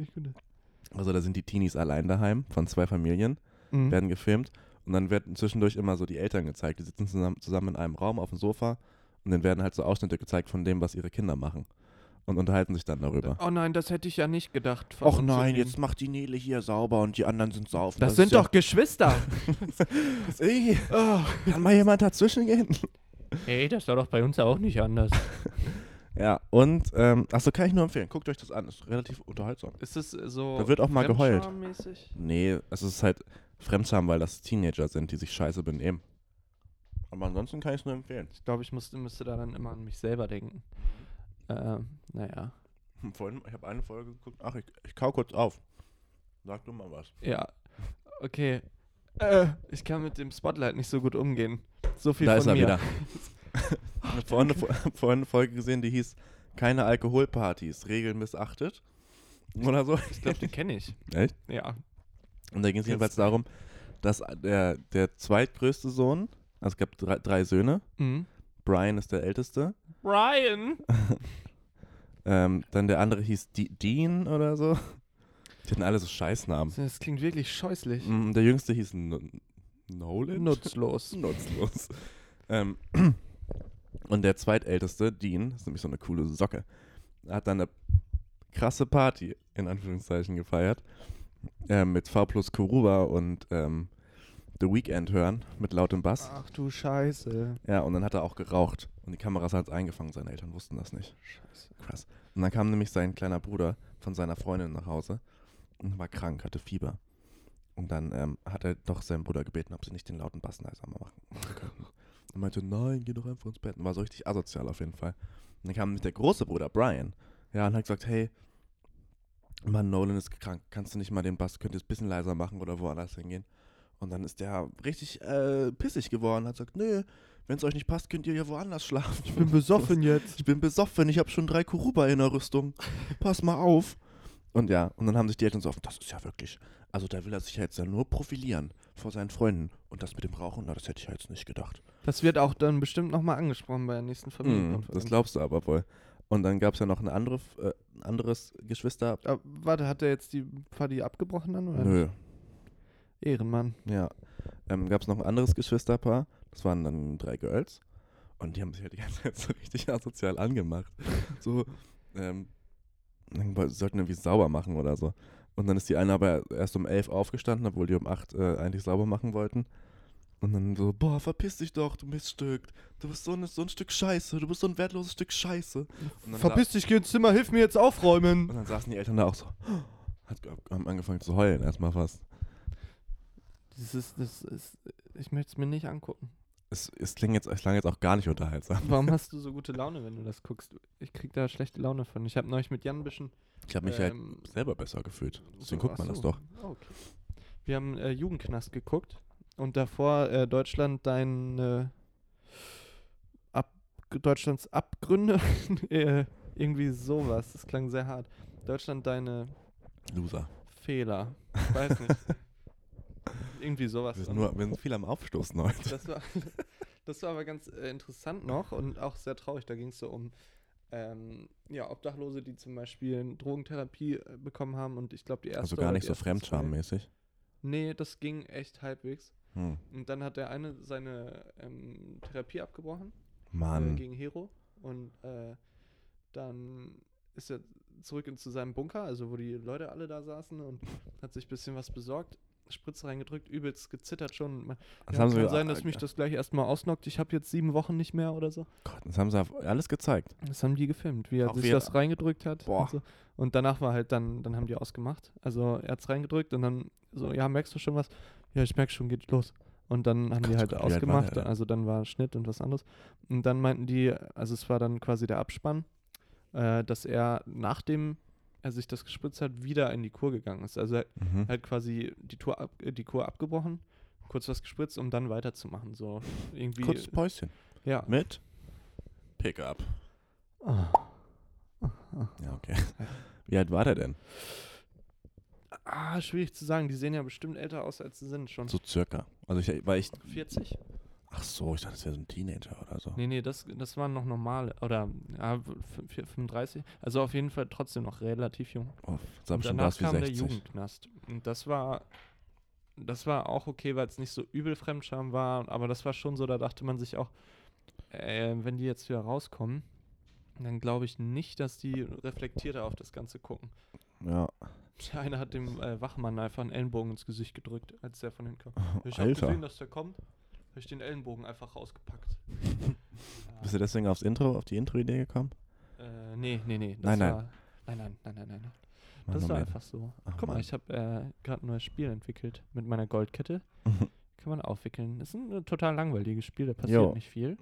Speaker 1: also da sind die Teenies allein daheim von zwei Familien.
Speaker 7: Mhm.
Speaker 1: werden gefilmt und dann werden zwischendurch immer so die Eltern gezeigt. Die sitzen zusammen, zusammen in einem Raum auf dem Sofa und dann werden halt so Ausschnitte gezeigt von dem, was ihre Kinder machen und unterhalten sich dann darüber.
Speaker 7: Oh nein, das hätte ich ja nicht gedacht. von
Speaker 1: Och
Speaker 7: uns
Speaker 1: nein,
Speaker 7: Jungen.
Speaker 1: jetzt macht die Nele hier sauber und die anderen sind saufen.
Speaker 7: Das,
Speaker 1: ist
Speaker 7: sind
Speaker 1: ja-
Speaker 7: doch Geschwister. Oh.
Speaker 1: Ey, kann mal jemand dazwischen gehen?
Speaker 7: Hey, das war doch bei uns auch nicht anders.
Speaker 1: Ja, und, ähm, achso, kann ich nur empfehlen. Guckt euch das an, ist relativ unterhaltsam.
Speaker 7: Ist es so.
Speaker 1: Da wird auch mal geheult.
Speaker 7: Fremdscham-mäßig?
Speaker 1: Nee, es ist halt Fremdscham, weil das Teenager sind, die sich scheiße benehmen. Aber ansonsten kann ich es nur empfehlen.
Speaker 7: Ich glaube, ich musste, müsste da dann immer an mich selber denken. Ähm, naja.
Speaker 1: Hm, Vorhin, ich habe eine Folge geguckt. Ach, ich, ich kau kurz auf. Sag du mal was.
Speaker 7: Ja. Okay. Äh, ich kann mit dem Spotlight nicht so gut umgehen. So viel
Speaker 1: da
Speaker 7: von
Speaker 1: ist er
Speaker 7: mir.
Speaker 1: wieder. Ich habe vorhin, eine- vorhin eine Folge gesehen, die hieß Keine Alkoholpartys, Regeln missachtet. Oder so.
Speaker 7: Ich glaube, den kenne ich.
Speaker 1: Echt?
Speaker 7: Ja.
Speaker 1: Und da ging es jedenfalls darum, dass der, der zweitgrößte Sohn, also es gab drei, drei Söhne,
Speaker 7: Mhm.
Speaker 1: Brian ist der älteste,
Speaker 7: Brian!
Speaker 1: ähm, dann der andere hieß Di- Dean oder so. Die hatten alle so Scheißnamen.
Speaker 7: Das klingt wirklich scheußlich.
Speaker 1: Mm, Der jüngste hieß N Nolan?
Speaker 7: Nutzlos.
Speaker 1: Nutzlos. ähm, und der zweitälteste, Dean, ist nämlich so eine coole Socke, hat dann eine krasse Party, in Anführungszeichen, gefeiert. Ähm, mit V plus Kuruba und ähm, The Weekend hören mit lautem Bass.
Speaker 7: Ach du Scheiße.
Speaker 1: Ja, und dann hat er auch geraucht. Und die Kameras hat es eingefangen, seine Eltern wussten das nicht. Krass. Und dann kam nämlich sein kleiner Bruder von seiner Freundin nach Hause und war krank, hatte Fieber. Und dann ähm, hat er doch seinen Bruder gebeten, ob sie nicht den lauten Bass leiser mal machen machen könnten. Und meinte, nein, geh doch einfach ins Bett. Und war so richtig asozial auf jeden Fall. Und dann kam nämlich der große Bruder, Brian. Ja, und hat gesagt, hey, Mann, Nolan ist krank. Kannst du nicht mal den Bass, könnt ihr es ein bisschen leiser machen oder woanders hingehen? Und dann ist der richtig äh, pissig geworden, hat gesagt, nö, wenn es euch nicht passt, könnt ihr ja woanders schlafen.
Speaker 7: Ich bin besoffen jetzt.
Speaker 1: Ich bin besoffen, ich habe schon drei Kuruba in der Rüstung. Pass mal auf. Und ja, und dann haben sich die Eltern so offen, das ist ja wirklich. Also da will er sich ja jetzt ja nur profilieren vor seinen Freunden. Und das mit dem Rauchen, na, das hätte ich ja jetzt nicht gedacht.
Speaker 7: Das wird auch dann bestimmt nochmal angesprochen bei der nächsten
Speaker 1: Mhm, das
Speaker 7: Familienkonferenz.
Speaker 1: glaubst du aber wohl. Und dann gab es ja noch eine andere, F- äh, ein anderes Geschwister.
Speaker 7: Ah, warte, hat er jetzt die Party abgebrochen dann? Oder?
Speaker 1: Nö,
Speaker 7: Ehrenmann.
Speaker 1: ja. Ähm, gab es noch ein anderes Geschwisterpaar. Das waren dann drei Girls. Und die haben sich halt die ganze Zeit so richtig asozial angemacht. So, ähm, dann woll- sollten irgendwie sauber machen oder so. Und dann ist die eine aber erst um elf aufgestanden, obwohl die um acht äh, eigentlich sauber machen wollten. Und dann so, boah, verpiss dich doch, du Miststück. Du bist so ein, so ein Stück Scheiße. Du bist so ein wertloses Stück Scheiße. Und dann
Speaker 7: Verpiss dich, geh ins Zimmer, hilf mir jetzt aufräumen.
Speaker 1: und dann saßen die Eltern da auch so, hat, haben angefangen zu heulen, erstmal fast.
Speaker 7: Das ist, das ist, ich möchte es mir nicht angucken.
Speaker 1: Es, es, klingt jetzt, es klang jetzt auch gar nicht unterhaltsam.
Speaker 7: Warum hast du so gute Laune, wenn du das guckst? Ich krieg da schlechte Laune von. Ich habe neulich mit Jan ein bisschen.
Speaker 1: Ich habe mich
Speaker 7: ähm,
Speaker 1: halt selber besser gefühlt.
Speaker 7: so-
Speaker 1: Deswegen guckt man
Speaker 7: ach
Speaker 1: das
Speaker 7: so.
Speaker 1: doch.
Speaker 7: Ah, Okay. Wir haben äh, Jugendknast geguckt und davor äh, Deutschland deine Ab Deutschlands Abgründe. äh, irgendwie sowas. Das klang sehr hart. Deutschland deine
Speaker 1: Loser.
Speaker 7: Fehler. Ich weiß nicht. irgendwie sowas.
Speaker 1: Wir sind,
Speaker 7: Und-
Speaker 1: nur, wir sind viel am Aufstoßen heute.
Speaker 7: Das war, das war aber ganz äh, interessant noch und auch sehr traurig. Da ging es so um ähm, ja, Obdachlose, die zum Beispiel eine Drogentherapie äh, bekommen haben und ich glaube, die erste.
Speaker 1: Also gar
Speaker 7: oder
Speaker 1: nicht
Speaker 7: die
Speaker 1: so
Speaker 7: ersten zwei-
Speaker 1: fremdschammäßig.
Speaker 7: Nee, das ging echt halbwegs.
Speaker 1: Hm.
Speaker 7: Und dann hat der eine seine ähm, Therapie abgebrochen äh,
Speaker 1: Mann.
Speaker 7: gegen Hero und äh, dann ist er zurück in, zu seinem Bunker, also wo die Leute alle da saßen und hat sich ein bisschen was besorgt. Spritze reingedrückt, übelst gezittert schon. und man-
Speaker 1: Das
Speaker 7: ja,
Speaker 1: haben
Speaker 7: kann
Speaker 1: sie äh,
Speaker 7: sein, dass mich das gleich erstmal ausnockt. Ich habe jetzt sieben Wochen nicht mehr oder so.
Speaker 1: oh Gott, das haben sie auf- alles gezeigt.
Speaker 7: Das haben die gefilmt, wie er
Speaker 1: Auch
Speaker 7: sich
Speaker 1: wie er-
Speaker 7: das reingedrückt hat.
Speaker 1: Boah.
Speaker 7: Und, so. und danach war halt dann, dann haben die ausgemacht. Also er hat es reingedrückt und dann so, ja, merkst du schon was? Ja, ich merk schon, geht los. Und dann haben die
Speaker 1: Gott,
Speaker 7: halt
Speaker 1: wie alt war
Speaker 7: ausgemacht.
Speaker 1: der denn?
Speaker 7: Also dann war Schnitt und was anderes. Und dann meinten die, also es war dann quasi der Abspann, äh, dass er nachdem er sich das gespritzt hat, wieder in die Kur gegangen ist. Also er
Speaker 1: Mhm.
Speaker 7: halt quasi die, Tour ab, äh, die Kur abgebrochen, kurz was gespritzt, um dann weiterzumachen. So irgendwie.
Speaker 1: Kurzes Päuschen.
Speaker 7: ja.
Speaker 1: Mit Pickup.
Speaker 7: Ah.
Speaker 1: Ja, okay. Wie alt war der denn?
Speaker 7: Ah, schwierig zu sagen. Die sehen ja bestimmt älter aus, als sie sind. Schon
Speaker 1: So circa. Also ich war ich.
Speaker 7: 40?
Speaker 1: Ach so, ich dachte, das wäre so ein Teenager oder so.
Speaker 7: Nee, nee, das, das waren noch normale. Oder ja, fün- vier- 35. Also auf jeden Fall trotzdem noch relativ jung.
Speaker 1: Oh,
Speaker 7: Und
Speaker 1: Samson war
Speaker 7: danach
Speaker 1: es wie
Speaker 7: kam der
Speaker 1: 60.
Speaker 7: Jugendknast. Und das war das war auch okay, weil es nicht so übel Fremdscham war, aber das war schon so, da dachte man sich auch, äh, wenn die jetzt wieder rauskommen, dann glaube ich nicht, dass die reflektierter auf das Ganze gucken.
Speaker 1: Ja.
Speaker 7: Der eine hat dem äh, Wachmann einfach einen Ellenbogen ins Gesicht gedrückt, als der von hinten kam. Ich habe
Speaker 1: Alter.
Speaker 7: gesehen, dass der kommt, habe ich den Ellenbogen einfach rausgepackt.
Speaker 1: Bist du deswegen aufs Intro, auf die Intro-Idee gekommen?
Speaker 7: Äh, nee, nee, nee.
Speaker 1: Nein, nein.
Speaker 7: war- nein, nein, nein, nein, nein. nein.
Speaker 1: Mann,
Speaker 7: Das
Speaker 1: oh
Speaker 7: war
Speaker 1: Mann.
Speaker 7: einfach so.
Speaker 1: Ach,
Speaker 7: Guck
Speaker 1: Mann.
Speaker 7: mal, ich habe äh, gerade ein neues Spiel entwickelt mit meiner Goldkette.
Speaker 1: Mhm.
Speaker 7: Kann man aufwickeln. Ist ein äh, total langweiliges Spiel, da passiert
Speaker 1: Jo.
Speaker 7: nicht viel.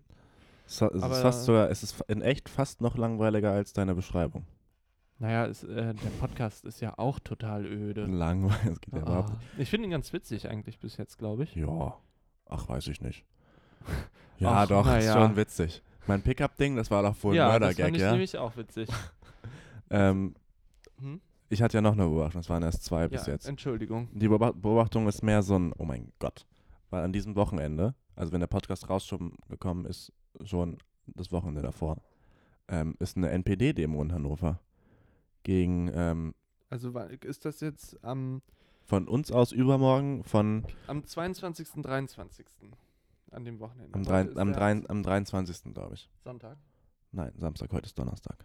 Speaker 1: Es, es
Speaker 7: Aber-
Speaker 1: ist fast sogar, es ist fa- in echt fast noch langweiliger als deine Beschreibung.
Speaker 7: Naja, ist, äh, der Podcast ist ja auch total
Speaker 1: Hm,
Speaker 7: öde.
Speaker 1: Langweilig, es geht ja überhaupt
Speaker 7: Ah, ich finde ihn ganz witzig eigentlich bis jetzt, glaube ich.
Speaker 1: Ja. Ach, weiß ich nicht. Ja,
Speaker 7: Ach,
Speaker 1: doch,
Speaker 7: na
Speaker 1: ist
Speaker 7: ja.
Speaker 1: schon witzig. Mein Pickup-Ding, das war doch wohl ein
Speaker 7: ja, das
Speaker 1: Mördergag,
Speaker 7: fand ich
Speaker 1: ja?
Speaker 7: nämlich auch witzig.
Speaker 1: Ähm,
Speaker 7: Hm?
Speaker 1: ich hatte ja noch eine Beobachtung, das waren erst zwei bis
Speaker 7: ja,
Speaker 1: jetzt.
Speaker 7: Entschuldigung.
Speaker 1: Die Beobacht- Beobachtung ist mehr so ein, oh mein Gott. Weil an diesem Wochenende, also wenn der Podcast raus schon gekommen ist, schon das Wochenende davor, ähm, ist eine NPD-Demo in Hannover. Gegen, ähm,
Speaker 7: Also wa- ist das jetzt am,
Speaker 1: von uns aus übermorgen, von
Speaker 7: am 22. 23. an dem Wochenende?
Speaker 1: am,
Speaker 7: Heute
Speaker 1: drei,
Speaker 7: ist
Speaker 1: am,
Speaker 7: der
Speaker 1: drei, am 23. glaube ich.
Speaker 7: Sonntag.
Speaker 1: Nein, Samstag, heute ist Donnerstag.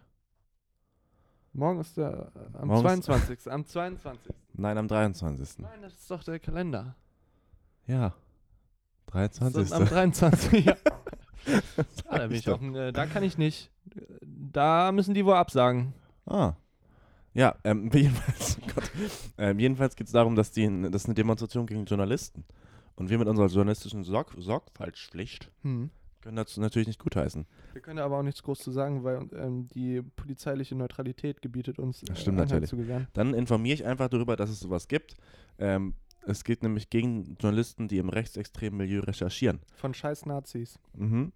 Speaker 7: Morgen ist der äh, am
Speaker 1: Morgen ist-
Speaker 7: 22. am 22.
Speaker 1: Nein, am 23.
Speaker 7: Nein, das ist doch der Kalender.
Speaker 1: Ja.
Speaker 7: Das
Speaker 1: 23.
Speaker 7: ist am 23. ja. ah, da, bin ich
Speaker 1: doch.
Speaker 7: auf, dem, äh, da kann ich nicht. Da müssen die wohl absagen.
Speaker 1: Ah. Ja, ähm, jedenfalls, oh Gott, ähm, jedenfalls geht es darum, dass die, das ist eine Demonstration gegen Journalisten. Und wir mit unserer journalistischen Sorg Sorgfaltspflicht
Speaker 7: Hm.
Speaker 1: können dazu natürlich nicht gutheißen.
Speaker 7: Wir können da aber auch nichts groß zu sagen, weil ähm, die polizeiliche Neutralität gebietet uns, äh,
Speaker 1: Das stimmt
Speaker 7: Einhalt
Speaker 1: natürlich.
Speaker 7: zu gewähren.
Speaker 1: Dann informiere ich einfach darüber, dass es sowas gibt. Ähm, es geht nämlich gegen Journalisten, die im rechtsextremen Milieu recherchieren.
Speaker 7: Von scheiß Nazis.
Speaker 1: Mhm.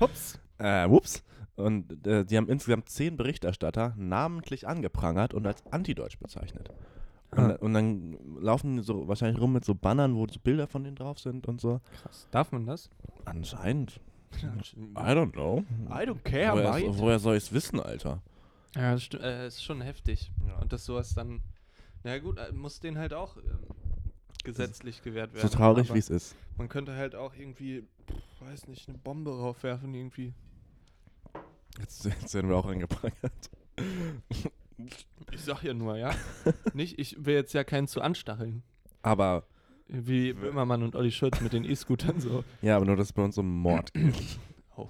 Speaker 7: Hups.
Speaker 1: Äh, whoops. Und äh, die haben insgesamt zehn Berichterstatter namentlich angeprangert und als antideutsch bezeichnet. Und,
Speaker 7: Ah.
Speaker 1: und dann laufen die so wahrscheinlich rum mit so Bannern, wo so Bilder von denen drauf sind und so.
Speaker 7: Krass. Darf man das?
Speaker 1: Anscheinend. I don't know.
Speaker 7: I don't care,
Speaker 1: Woher,
Speaker 7: mate.
Speaker 1: woher soll ich es wissen, Alter?
Speaker 7: Ja, das sti- äh, ist schon heftig. Und dass sowas dann. Na gut, äh, muss denen halt auch ähm, gesetzlich gewährt werden.
Speaker 1: So traurig,
Speaker 7: aber-
Speaker 1: wie es ist.
Speaker 7: Man könnte halt auch irgendwie, pff, weiß nicht, eine Bombe raufwerfen irgendwie.
Speaker 1: Jetzt, jetzt werden wir auch angeprangert.
Speaker 7: Ich sag ja nur, ja. nicht, ich will jetzt ja keinen zu anstacheln.
Speaker 1: Aber,
Speaker 7: Wie Böhmermann und Olli Schulz mit den E-Scootern so.
Speaker 1: ja, aber nur, dass es bei uns um Mord geht.
Speaker 7: Oh.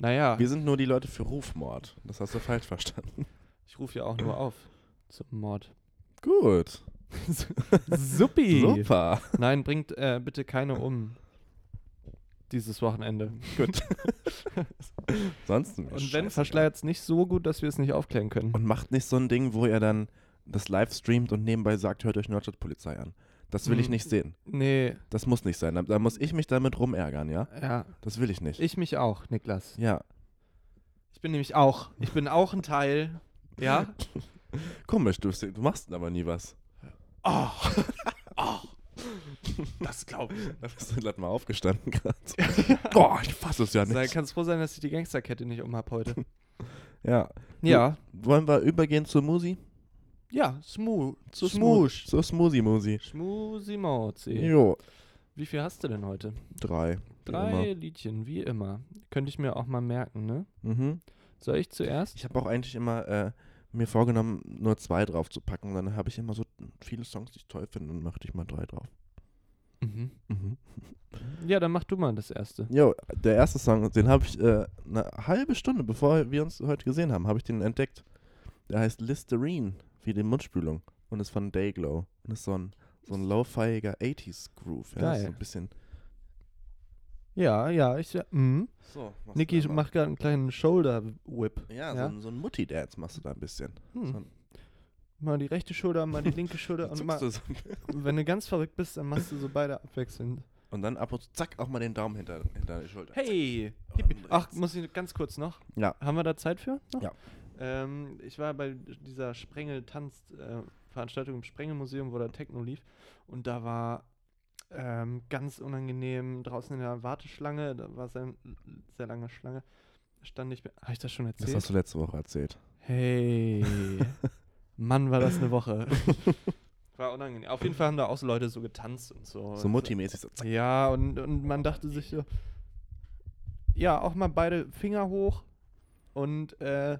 Speaker 7: Naja,
Speaker 1: Wir sind nur die Leute für Rufmord. Das hast du falsch verstanden.
Speaker 7: ich rufe ja auch nur auf zum Mord.
Speaker 1: Gut.
Speaker 7: Suppi!
Speaker 1: Super.
Speaker 7: Nein, bringt äh, bitte keine um. Dieses Wochenende.
Speaker 1: Gut. Sonst mir
Speaker 7: Und wenn,
Speaker 1: scheißegal.
Speaker 7: verschleiert es nicht so gut, dass wir es nicht aufklären können.
Speaker 1: Und macht nicht so ein Ding, wo ihr dann das live streamt und nebenbei sagt, hört euch Nordstadtpolizei an. Das will ich
Speaker 7: Hm.
Speaker 1: nicht sehen.
Speaker 7: Nee,
Speaker 1: Das muss nicht sein. Da, da muss ich mich damit rumärgern, ja?
Speaker 7: ja.
Speaker 1: Das will ich nicht.
Speaker 7: Ich mich auch, Niklas.
Speaker 1: ja.
Speaker 7: Ich bin nämlich auch. Ich bin auch ein Teil. Ja?
Speaker 1: Komisch, du, du machst aber nie was.
Speaker 7: Oh. oh. Das glaube ich.
Speaker 1: Da bist du gerade mal aufgestanden gerade. Boah, ich fasse es ja
Speaker 7: Sei,
Speaker 1: nicht.
Speaker 7: kannst froh sein, dass ich die Gangsterkette nicht um habe heute.
Speaker 1: Ja.
Speaker 7: ja.
Speaker 1: Wollen wir übergehen zur Musi?
Speaker 7: Ja, smooth.
Speaker 1: Zu
Speaker 7: Smoosh.
Speaker 1: Zur Smoothie-Musi.
Speaker 7: Schmusi Mauzi.
Speaker 1: Jo,
Speaker 7: Wie viel hast du denn heute?
Speaker 1: drei. wie
Speaker 7: Drei Liedchen, wie immer. Könnte ich mir auch mal merken, ne?
Speaker 1: immer. Mhm.
Speaker 7: Soll ich zuerst?
Speaker 1: Ich habe auch eigentlich immer äh, mir vorgenommen, nur zwei drauf zu packen. Dann habe ich immer so viele Songs, die ich toll finde, und mache ich mal drei drauf.
Speaker 7: Mhm.
Speaker 1: Mhm.
Speaker 7: Ja, dann mach du mal das erste.
Speaker 1: Jo, der erste Song, den habe ich äh, eine halbe Stunde bevor wir uns heute gesehen haben, habe ich den entdeckt. Der heißt Listerine, wie die Mundspülung. Und ist von Dayglow. Und ist so ein, so ein lo-fiiger 80s-Groove. Ja,
Speaker 7: Geil.
Speaker 1: Ist so ein bisschen.
Speaker 7: Ja, ja, ich. Mhm.
Speaker 1: So, machst
Speaker 7: Niki
Speaker 1: du da mal.
Speaker 7: macht gerade einen kleinen Shoulder-Whip.
Speaker 1: Ja, So, ein, so ein Mutti-Dance machst du da ein bisschen.
Speaker 7: Hm.
Speaker 1: so ein-
Speaker 7: Mal die rechte Schulter, mal die linke Schulter und
Speaker 1: Zuckst
Speaker 7: mal.
Speaker 1: du so ein-
Speaker 7: Wenn du ganz verrückt bist, dann machst du so beide abwechselnd.
Speaker 1: Und dann ab und zu, zack, auch mal den Daumen hinter, hinter die Schulter.
Speaker 7: Hey!
Speaker 1: Hippie.
Speaker 7: Ach, muss ich ganz kurz noch?
Speaker 1: Ja.
Speaker 7: Haben wir da Zeit für? Noch?
Speaker 1: Ja.
Speaker 7: Ähm, ich war bei dieser Sprengel-Tanz-Veranstaltung im Sprengelmuseum, wo da Techno lief. Und da war ähm, ganz unangenehm draußen in der Warteschlange, da war sehr, sehr lange Schlange, stand ich. Habe ich das schon
Speaker 1: Das
Speaker 7: erzählt?
Speaker 1: hast du letzte Woche erzählt.
Speaker 7: Hey. Mann, war das eine Woche. War unangenehm. Auf jeden Fall haben da auch so Leute so getanzt und so.
Speaker 1: So Mutti-mäßig. So, zack.
Speaker 7: Ja, und, und man dachte sich so, ja, auch mal beide Finger hoch. Und äh,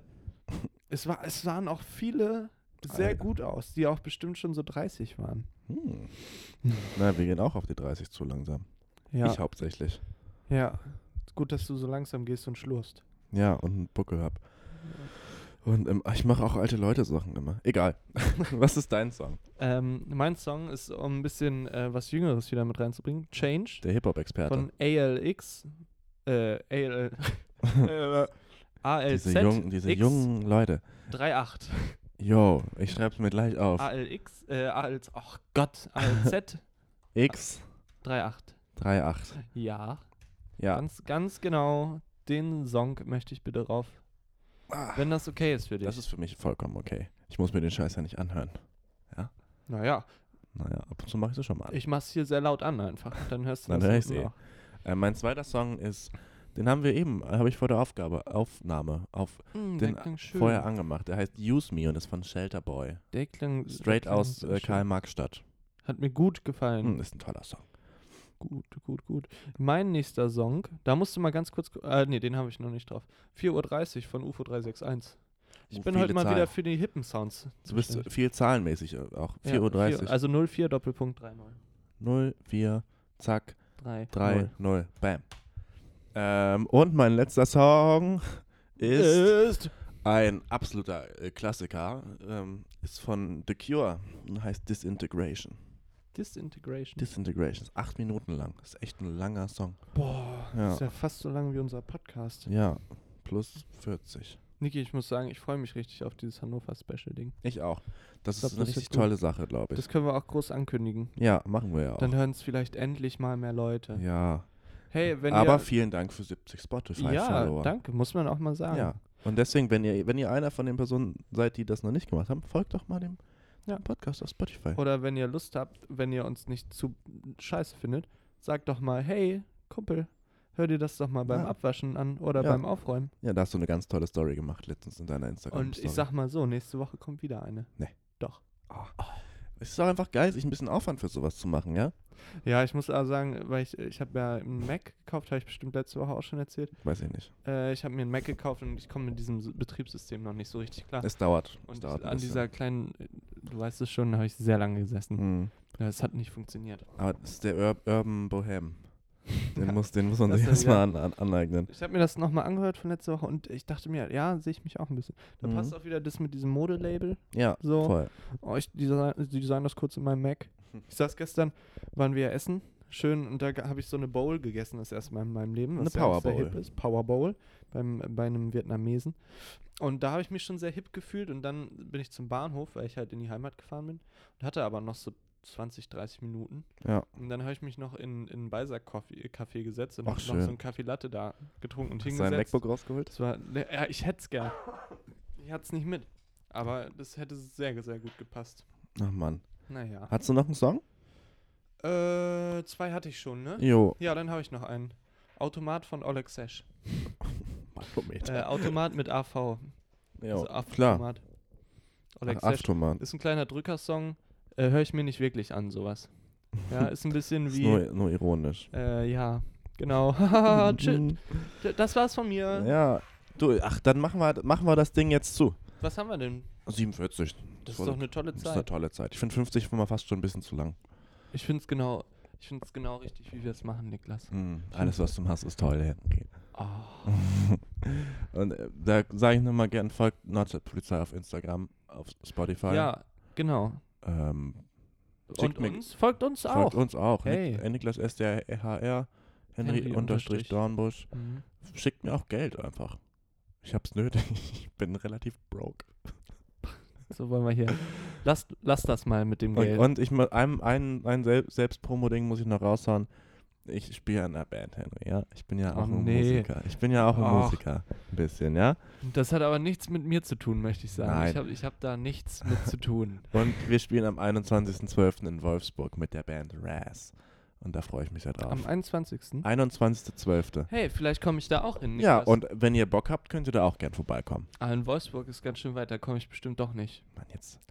Speaker 7: es, war, es sahen auch viele sehr
Speaker 1: Alter.
Speaker 7: gut aus, die auch bestimmt schon so 30 waren.
Speaker 1: Hm. Na, wir gehen auch auf die 30 zu langsam.
Speaker 7: Ja.
Speaker 1: Ich hauptsächlich.
Speaker 7: ja. Gut, dass du so langsam gehst und schlurst.
Speaker 1: Ja, und einen Buckel hab. Und ähm, ich mache auch alte Leute Sachen immer. Egal. Was ist dein Song?
Speaker 7: Ähm, mein Song ist, um ein bisschen äh, was Jüngeres wieder mit reinzubringen, Change
Speaker 1: Der Hip-Hop-Experte.
Speaker 7: von ALX. Äh, AL, äh, ALZ.
Speaker 1: Diese, jungen, diese
Speaker 7: X
Speaker 1: jungen Leute.
Speaker 7: 3.8.
Speaker 1: Yo, ich schreib's mir gleich auf.
Speaker 7: ALX, äh, ALZ, ach Gott, ALZ
Speaker 1: X38.
Speaker 7: 3.8. Ja,
Speaker 1: Ja.
Speaker 7: ganz, ganz genau den Song möchte ich bitte rauf.
Speaker 1: Ah,
Speaker 7: Wenn das okay ist für dich.
Speaker 1: das ist für mich vollkommen okay. Ich muss mir den Scheiß ja nicht anhören.
Speaker 7: naja,
Speaker 1: Naja, ab und zu mache ich das schon mal an.
Speaker 7: ich mach's hier sehr laut an einfach. Dann hörst du
Speaker 1: Ah. Dann
Speaker 7: das
Speaker 1: hör ich's
Speaker 7: unten
Speaker 1: eh.
Speaker 7: auch.
Speaker 1: Äh, mein zweiter Song ist, den haben wir eben, habe ich vor der Aufgabe, Aufnahme, auf,
Speaker 7: Hm,
Speaker 1: den
Speaker 7: der klang schön.
Speaker 1: vorher angemacht. Der heißt Use Me und ist von Shelter Boy.
Speaker 7: der klang,
Speaker 1: Straight
Speaker 7: der klang
Speaker 1: aus
Speaker 7: sehr
Speaker 1: äh,
Speaker 7: schön.
Speaker 1: Karl-Marx-Stadt.
Speaker 7: Hat mir gut gefallen.
Speaker 1: Hm, ist ein toller Song.
Speaker 7: Gut, gut, gut. Mein nächster Song, da musst du mal ganz kurz. gu- Äh, nee, den habe ich noch nicht drauf. 4.30 Uhr von UFO 361. Ich
Speaker 1: Oh,
Speaker 7: bin
Speaker 1: viele
Speaker 7: heute mal
Speaker 1: Zahlen.
Speaker 7: wieder für die hippen Sounds.
Speaker 1: Du bist
Speaker 7: zuständig.
Speaker 1: viel zahlenmäßig äh, auch.
Speaker 7: Ja,
Speaker 1: 4.30
Speaker 7: vier-
Speaker 1: Uhr.
Speaker 7: Also 04 Doppelpunkt 30.
Speaker 1: 0, 4, zack,
Speaker 7: 3.
Speaker 1: 3, 0. Bam. Ähm, und mein letzter Song
Speaker 7: Äh.
Speaker 1: ist ein absoluter äh, Klassiker. Ähm, ist von The Cure und heißt Disintegration.
Speaker 7: Disintegration.
Speaker 1: Disintegration ist acht Minuten lang. Ist echt ein langer Song.
Speaker 7: Boah,
Speaker 1: Ja.
Speaker 7: ist ja fast so lang wie unser Podcast.
Speaker 1: Ja, plus 40.
Speaker 7: Niki, ich muss sagen, ich freue mich richtig auf dieses Hannover-Special-Ding.
Speaker 1: Ich auch. Das
Speaker 7: Ich glaub,
Speaker 1: ist eine
Speaker 7: das wird
Speaker 1: richtig
Speaker 7: gut.
Speaker 1: tolle Sache, glaube ich.
Speaker 7: Das können wir auch groß ankündigen.
Speaker 1: ja, machen wir ja auch.
Speaker 7: Dann hören es vielleicht endlich mal mehr Leute.
Speaker 1: ja.
Speaker 7: Hey, wenn
Speaker 1: Aber
Speaker 7: ihr.
Speaker 1: vielen Dank für 70 Spotify-Follower.
Speaker 7: Ja, danke, muss man auch mal sagen.
Speaker 1: Ja. Und deswegen, wenn ihr, wenn ihr einer von den Personen seid, die das noch nicht gemacht haben, folgt doch mal dem
Speaker 7: Ja.
Speaker 1: Podcast auf Spotify.
Speaker 7: Oder wenn ihr Lust habt, wenn ihr uns nicht zu scheiße findet, sagt doch mal, hey, Kumpel, hör dir das doch mal beim
Speaker 1: Ja.
Speaker 7: Abwaschen an oder
Speaker 1: Ja.
Speaker 7: beim Aufräumen.
Speaker 1: ja, da hast du eine ganz tolle Story gemacht letztens in deiner instagram
Speaker 7: Und ich sag mal so, nächste Woche kommt wieder eine.
Speaker 1: Nee.
Speaker 7: Doch.
Speaker 1: Es ist doch einfach geil, sich ein bisschen Aufwand für sowas zu machen, ja?
Speaker 7: Ja, ich muss aber sagen, weil ich, ich habe ja einen Mac gekauft, habe ich bestimmt letzte Woche auch schon erzählt.
Speaker 1: Weiß ich nicht.
Speaker 7: Äh, ich habe mir einen Mac gekauft und ich komme mit diesem S- Betriebssystem noch nicht so richtig klar.
Speaker 1: Es dauert. es
Speaker 7: und
Speaker 1: dauert ein
Speaker 7: an
Speaker 1: bisschen.
Speaker 7: dieser kleinen, äh, du weißt es schon, habe ich sehr lange gesessen.
Speaker 1: Mhm.
Speaker 7: Ja, es hat nicht funktioniert.
Speaker 1: Aber das ist der Ur Urban Bohem. Den,
Speaker 7: Ja,
Speaker 1: muss, den muss man
Speaker 7: das
Speaker 1: sich
Speaker 7: ist
Speaker 1: erstmal an, an, aneignen.
Speaker 7: Ich habe mir das nochmal angehört von letzter Woche und ich dachte mir, ja, sehe ich mich auch ein bisschen. Da
Speaker 1: Mhm.
Speaker 7: passt auch wieder das mit diesem Modelabel.
Speaker 1: Ja,
Speaker 7: So.
Speaker 1: voll.
Speaker 7: Oh, ich design, design das kurz in meinem Mac. Ich saß gestern, waren wir essen, schön, und da habe ich so eine Bowl gegessen, das erste Mal in meinem Leben.
Speaker 1: Eine
Speaker 7: was ja auch sehr
Speaker 1: Power
Speaker 7: hip
Speaker 1: Bowl.
Speaker 7: Ist, Power Bowl beim, bei einem Vietnamesen. Und da habe ich mich schon sehr hip gefühlt und dann bin ich zum Bahnhof, weil ich halt in die Heimat gefahren bin und hatte aber noch so 20, 30 Minuten.
Speaker 1: Ja.
Speaker 7: Und dann habe ich mich noch in, in einen Balsack-Café gesetzt und
Speaker 1: Ach,
Speaker 7: habe noch so
Speaker 1: schön.
Speaker 7: einen Kaffee Latte da getrunken und
Speaker 1: Hast du dein
Speaker 7: hingesetzt.
Speaker 1: MacBook rausgeholt?
Speaker 7: Das war, ne, ja, ich hätte es gern. Ich hatte es nicht mit. Aber das hätte sehr, sehr gut gepasst.
Speaker 1: Ach Mann.
Speaker 7: Naja.
Speaker 1: Hast du noch einen Song?
Speaker 7: Äh, zwei hatte ich schon, ne?
Speaker 1: Jo.
Speaker 7: Ja, dann habe ich noch einen. Automat von Oleg Sesh. Äh,
Speaker 1: Manometer.
Speaker 7: Automat mit AV.
Speaker 1: jo.
Speaker 7: AV
Speaker 1: Klar.
Speaker 7: Automat. Oleg
Speaker 1: Ach,
Speaker 7: Sesh.
Speaker 1: Aftoman.
Speaker 7: Ist ein kleiner Drückersong. Äh, Höre ich mir nicht wirklich an, sowas. Ja, ist ein bisschen
Speaker 1: Ist
Speaker 7: wie.
Speaker 1: nur, nur ironisch. Hm,
Speaker 7: Äh, ja, genau. Hahaha, tschü- das war's von mir.
Speaker 1: Mhm. Ja, du, ach, dann machen wir, machen wir das Ding jetzt zu.
Speaker 7: Was haben wir denn?
Speaker 1: 47.
Speaker 7: Das ist
Speaker 1: Voll
Speaker 7: doch
Speaker 1: okay.
Speaker 7: eine tolle
Speaker 1: Das ist halt eine
Speaker 7: Zeit.
Speaker 1: tolle Zeit. Ich finde 50 war mal fast schon ein bisschen zu lang.
Speaker 7: Ich finde es genau, ich find's genau richtig, wie wir es machen, Niklas.
Speaker 1: Mhm. Alles, was du hast, ist toll. ja. Okay.
Speaker 7: Ah.
Speaker 1: Und äh, da sage ich nochmal gern, folgt Nazi Polizei auf Instagram, auf Spotify.
Speaker 7: Ja, genau.
Speaker 1: Ähm,
Speaker 7: Und
Speaker 1: Schickt mir-
Speaker 7: uns, folgt uns auch.
Speaker 1: folgt uns auch.
Speaker 7: Hey.
Speaker 1: Nik Niklas SDHR, Henry,
Speaker 7: Henry
Speaker 1: unterstrich
Speaker 7: unterstrich.
Speaker 1: Dornbusch.
Speaker 7: Mhm.
Speaker 1: Schickt mir auch Geld einfach. Ich hab's nötig. Ich bin relativ broke.
Speaker 7: So wollen wir hier. Lasst, lasst das mal mit dem
Speaker 1: Und,
Speaker 7: Geld.
Speaker 1: und ich mu- ein, ein, ein Sel Selbstpromo-Ding muss ich noch raushauen. Ich spiele in einer Band, Henry, ja. Ich bin ja
Speaker 7: Oh,
Speaker 1: auch ein
Speaker 7: nee.
Speaker 1: Musiker. Ich bin ja auch ein
Speaker 7: Ach.
Speaker 1: Musiker. Ein bisschen, ja.
Speaker 7: Das hat aber nichts mit mir zu tun, möchte ich sagen.
Speaker 1: Nein.
Speaker 7: Ich habe ich hab da nichts mit zu tun.
Speaker 1: Und wir spielen am 21.12. in Wolfsburg mit der Band Raz. Und da freue ich mich sehr drauf.
Speaker 7: Am 21.
Speaker 1: 21.12.
Speaker 7: Hey, vielleicht komme ich da auch hin.
Speaker 1: Ja,
Speaker 7: Niklas.
Speaker 1: und wenn ihr Bock habt, könnt ihr da auch gern vorbeikommen.
Speaker 7: Ah, in Wolfsburg ist ganz schön weit, da komme ich bestimmt doch nicht.
Speaker 1: Mann, jetzt.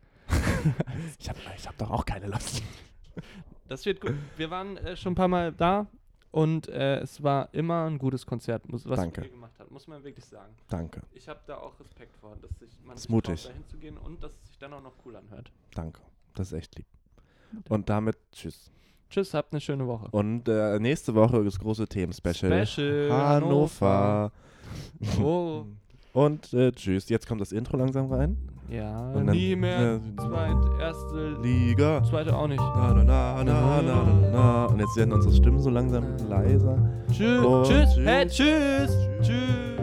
Speaker 1: Ich habe ich hab doch auch keine Lust.
Speaker 7: Das wird gut. Wir waren äh, schon ein paar Mal da und äh, es war immer ein gutes Konzert, muss, was
Speaker 1: Danke.
Speaker 7: ihr gemacht habt, muss man wirklich sagen.
Speaker 1: Danke,
Speaker 7: Ich habe da auch Respekt vor, dass sich man
Speaker 1: Ist
Speaker 7: sich
Speaker 1: mutig.
Speaker 7: traut, da hinzugehen und dass es sich dann auch noch cool anhört.
Speaker 1: danke. Das ist echt lieb. Und damit tschüss.
Speaker 7: Tschüss, habt eine schöne Woche.
Speaker 1: Und äh, nächste Woche das große Themen-Special.
Speaker 7: Special
Speaker 1: Hannover.
Speaker 7: Oh,
Speaker 1: Und äh, tschüss. Jetzt kommt das Intro langsam rein.
Speaker 7: ja,
Speaker 1: Und dann-
Speaker 7: nie mehr.
Speaker 1: Ja.
Speaker 7: Zweit, erste,
Speaker 1: Liga.
Speaker 7: zweite auch nicht.
Speaker 1: Na, na, na, na, na, na, na. Und jetzt werden unsere Stimmen so langsam leiser.
Speaker 7: Tschüss,
Speaker 1: Und
Speaker 7: tschüss,
Speaker 1: tschüss.
Speaker 7: hey, tschüss, tschüss.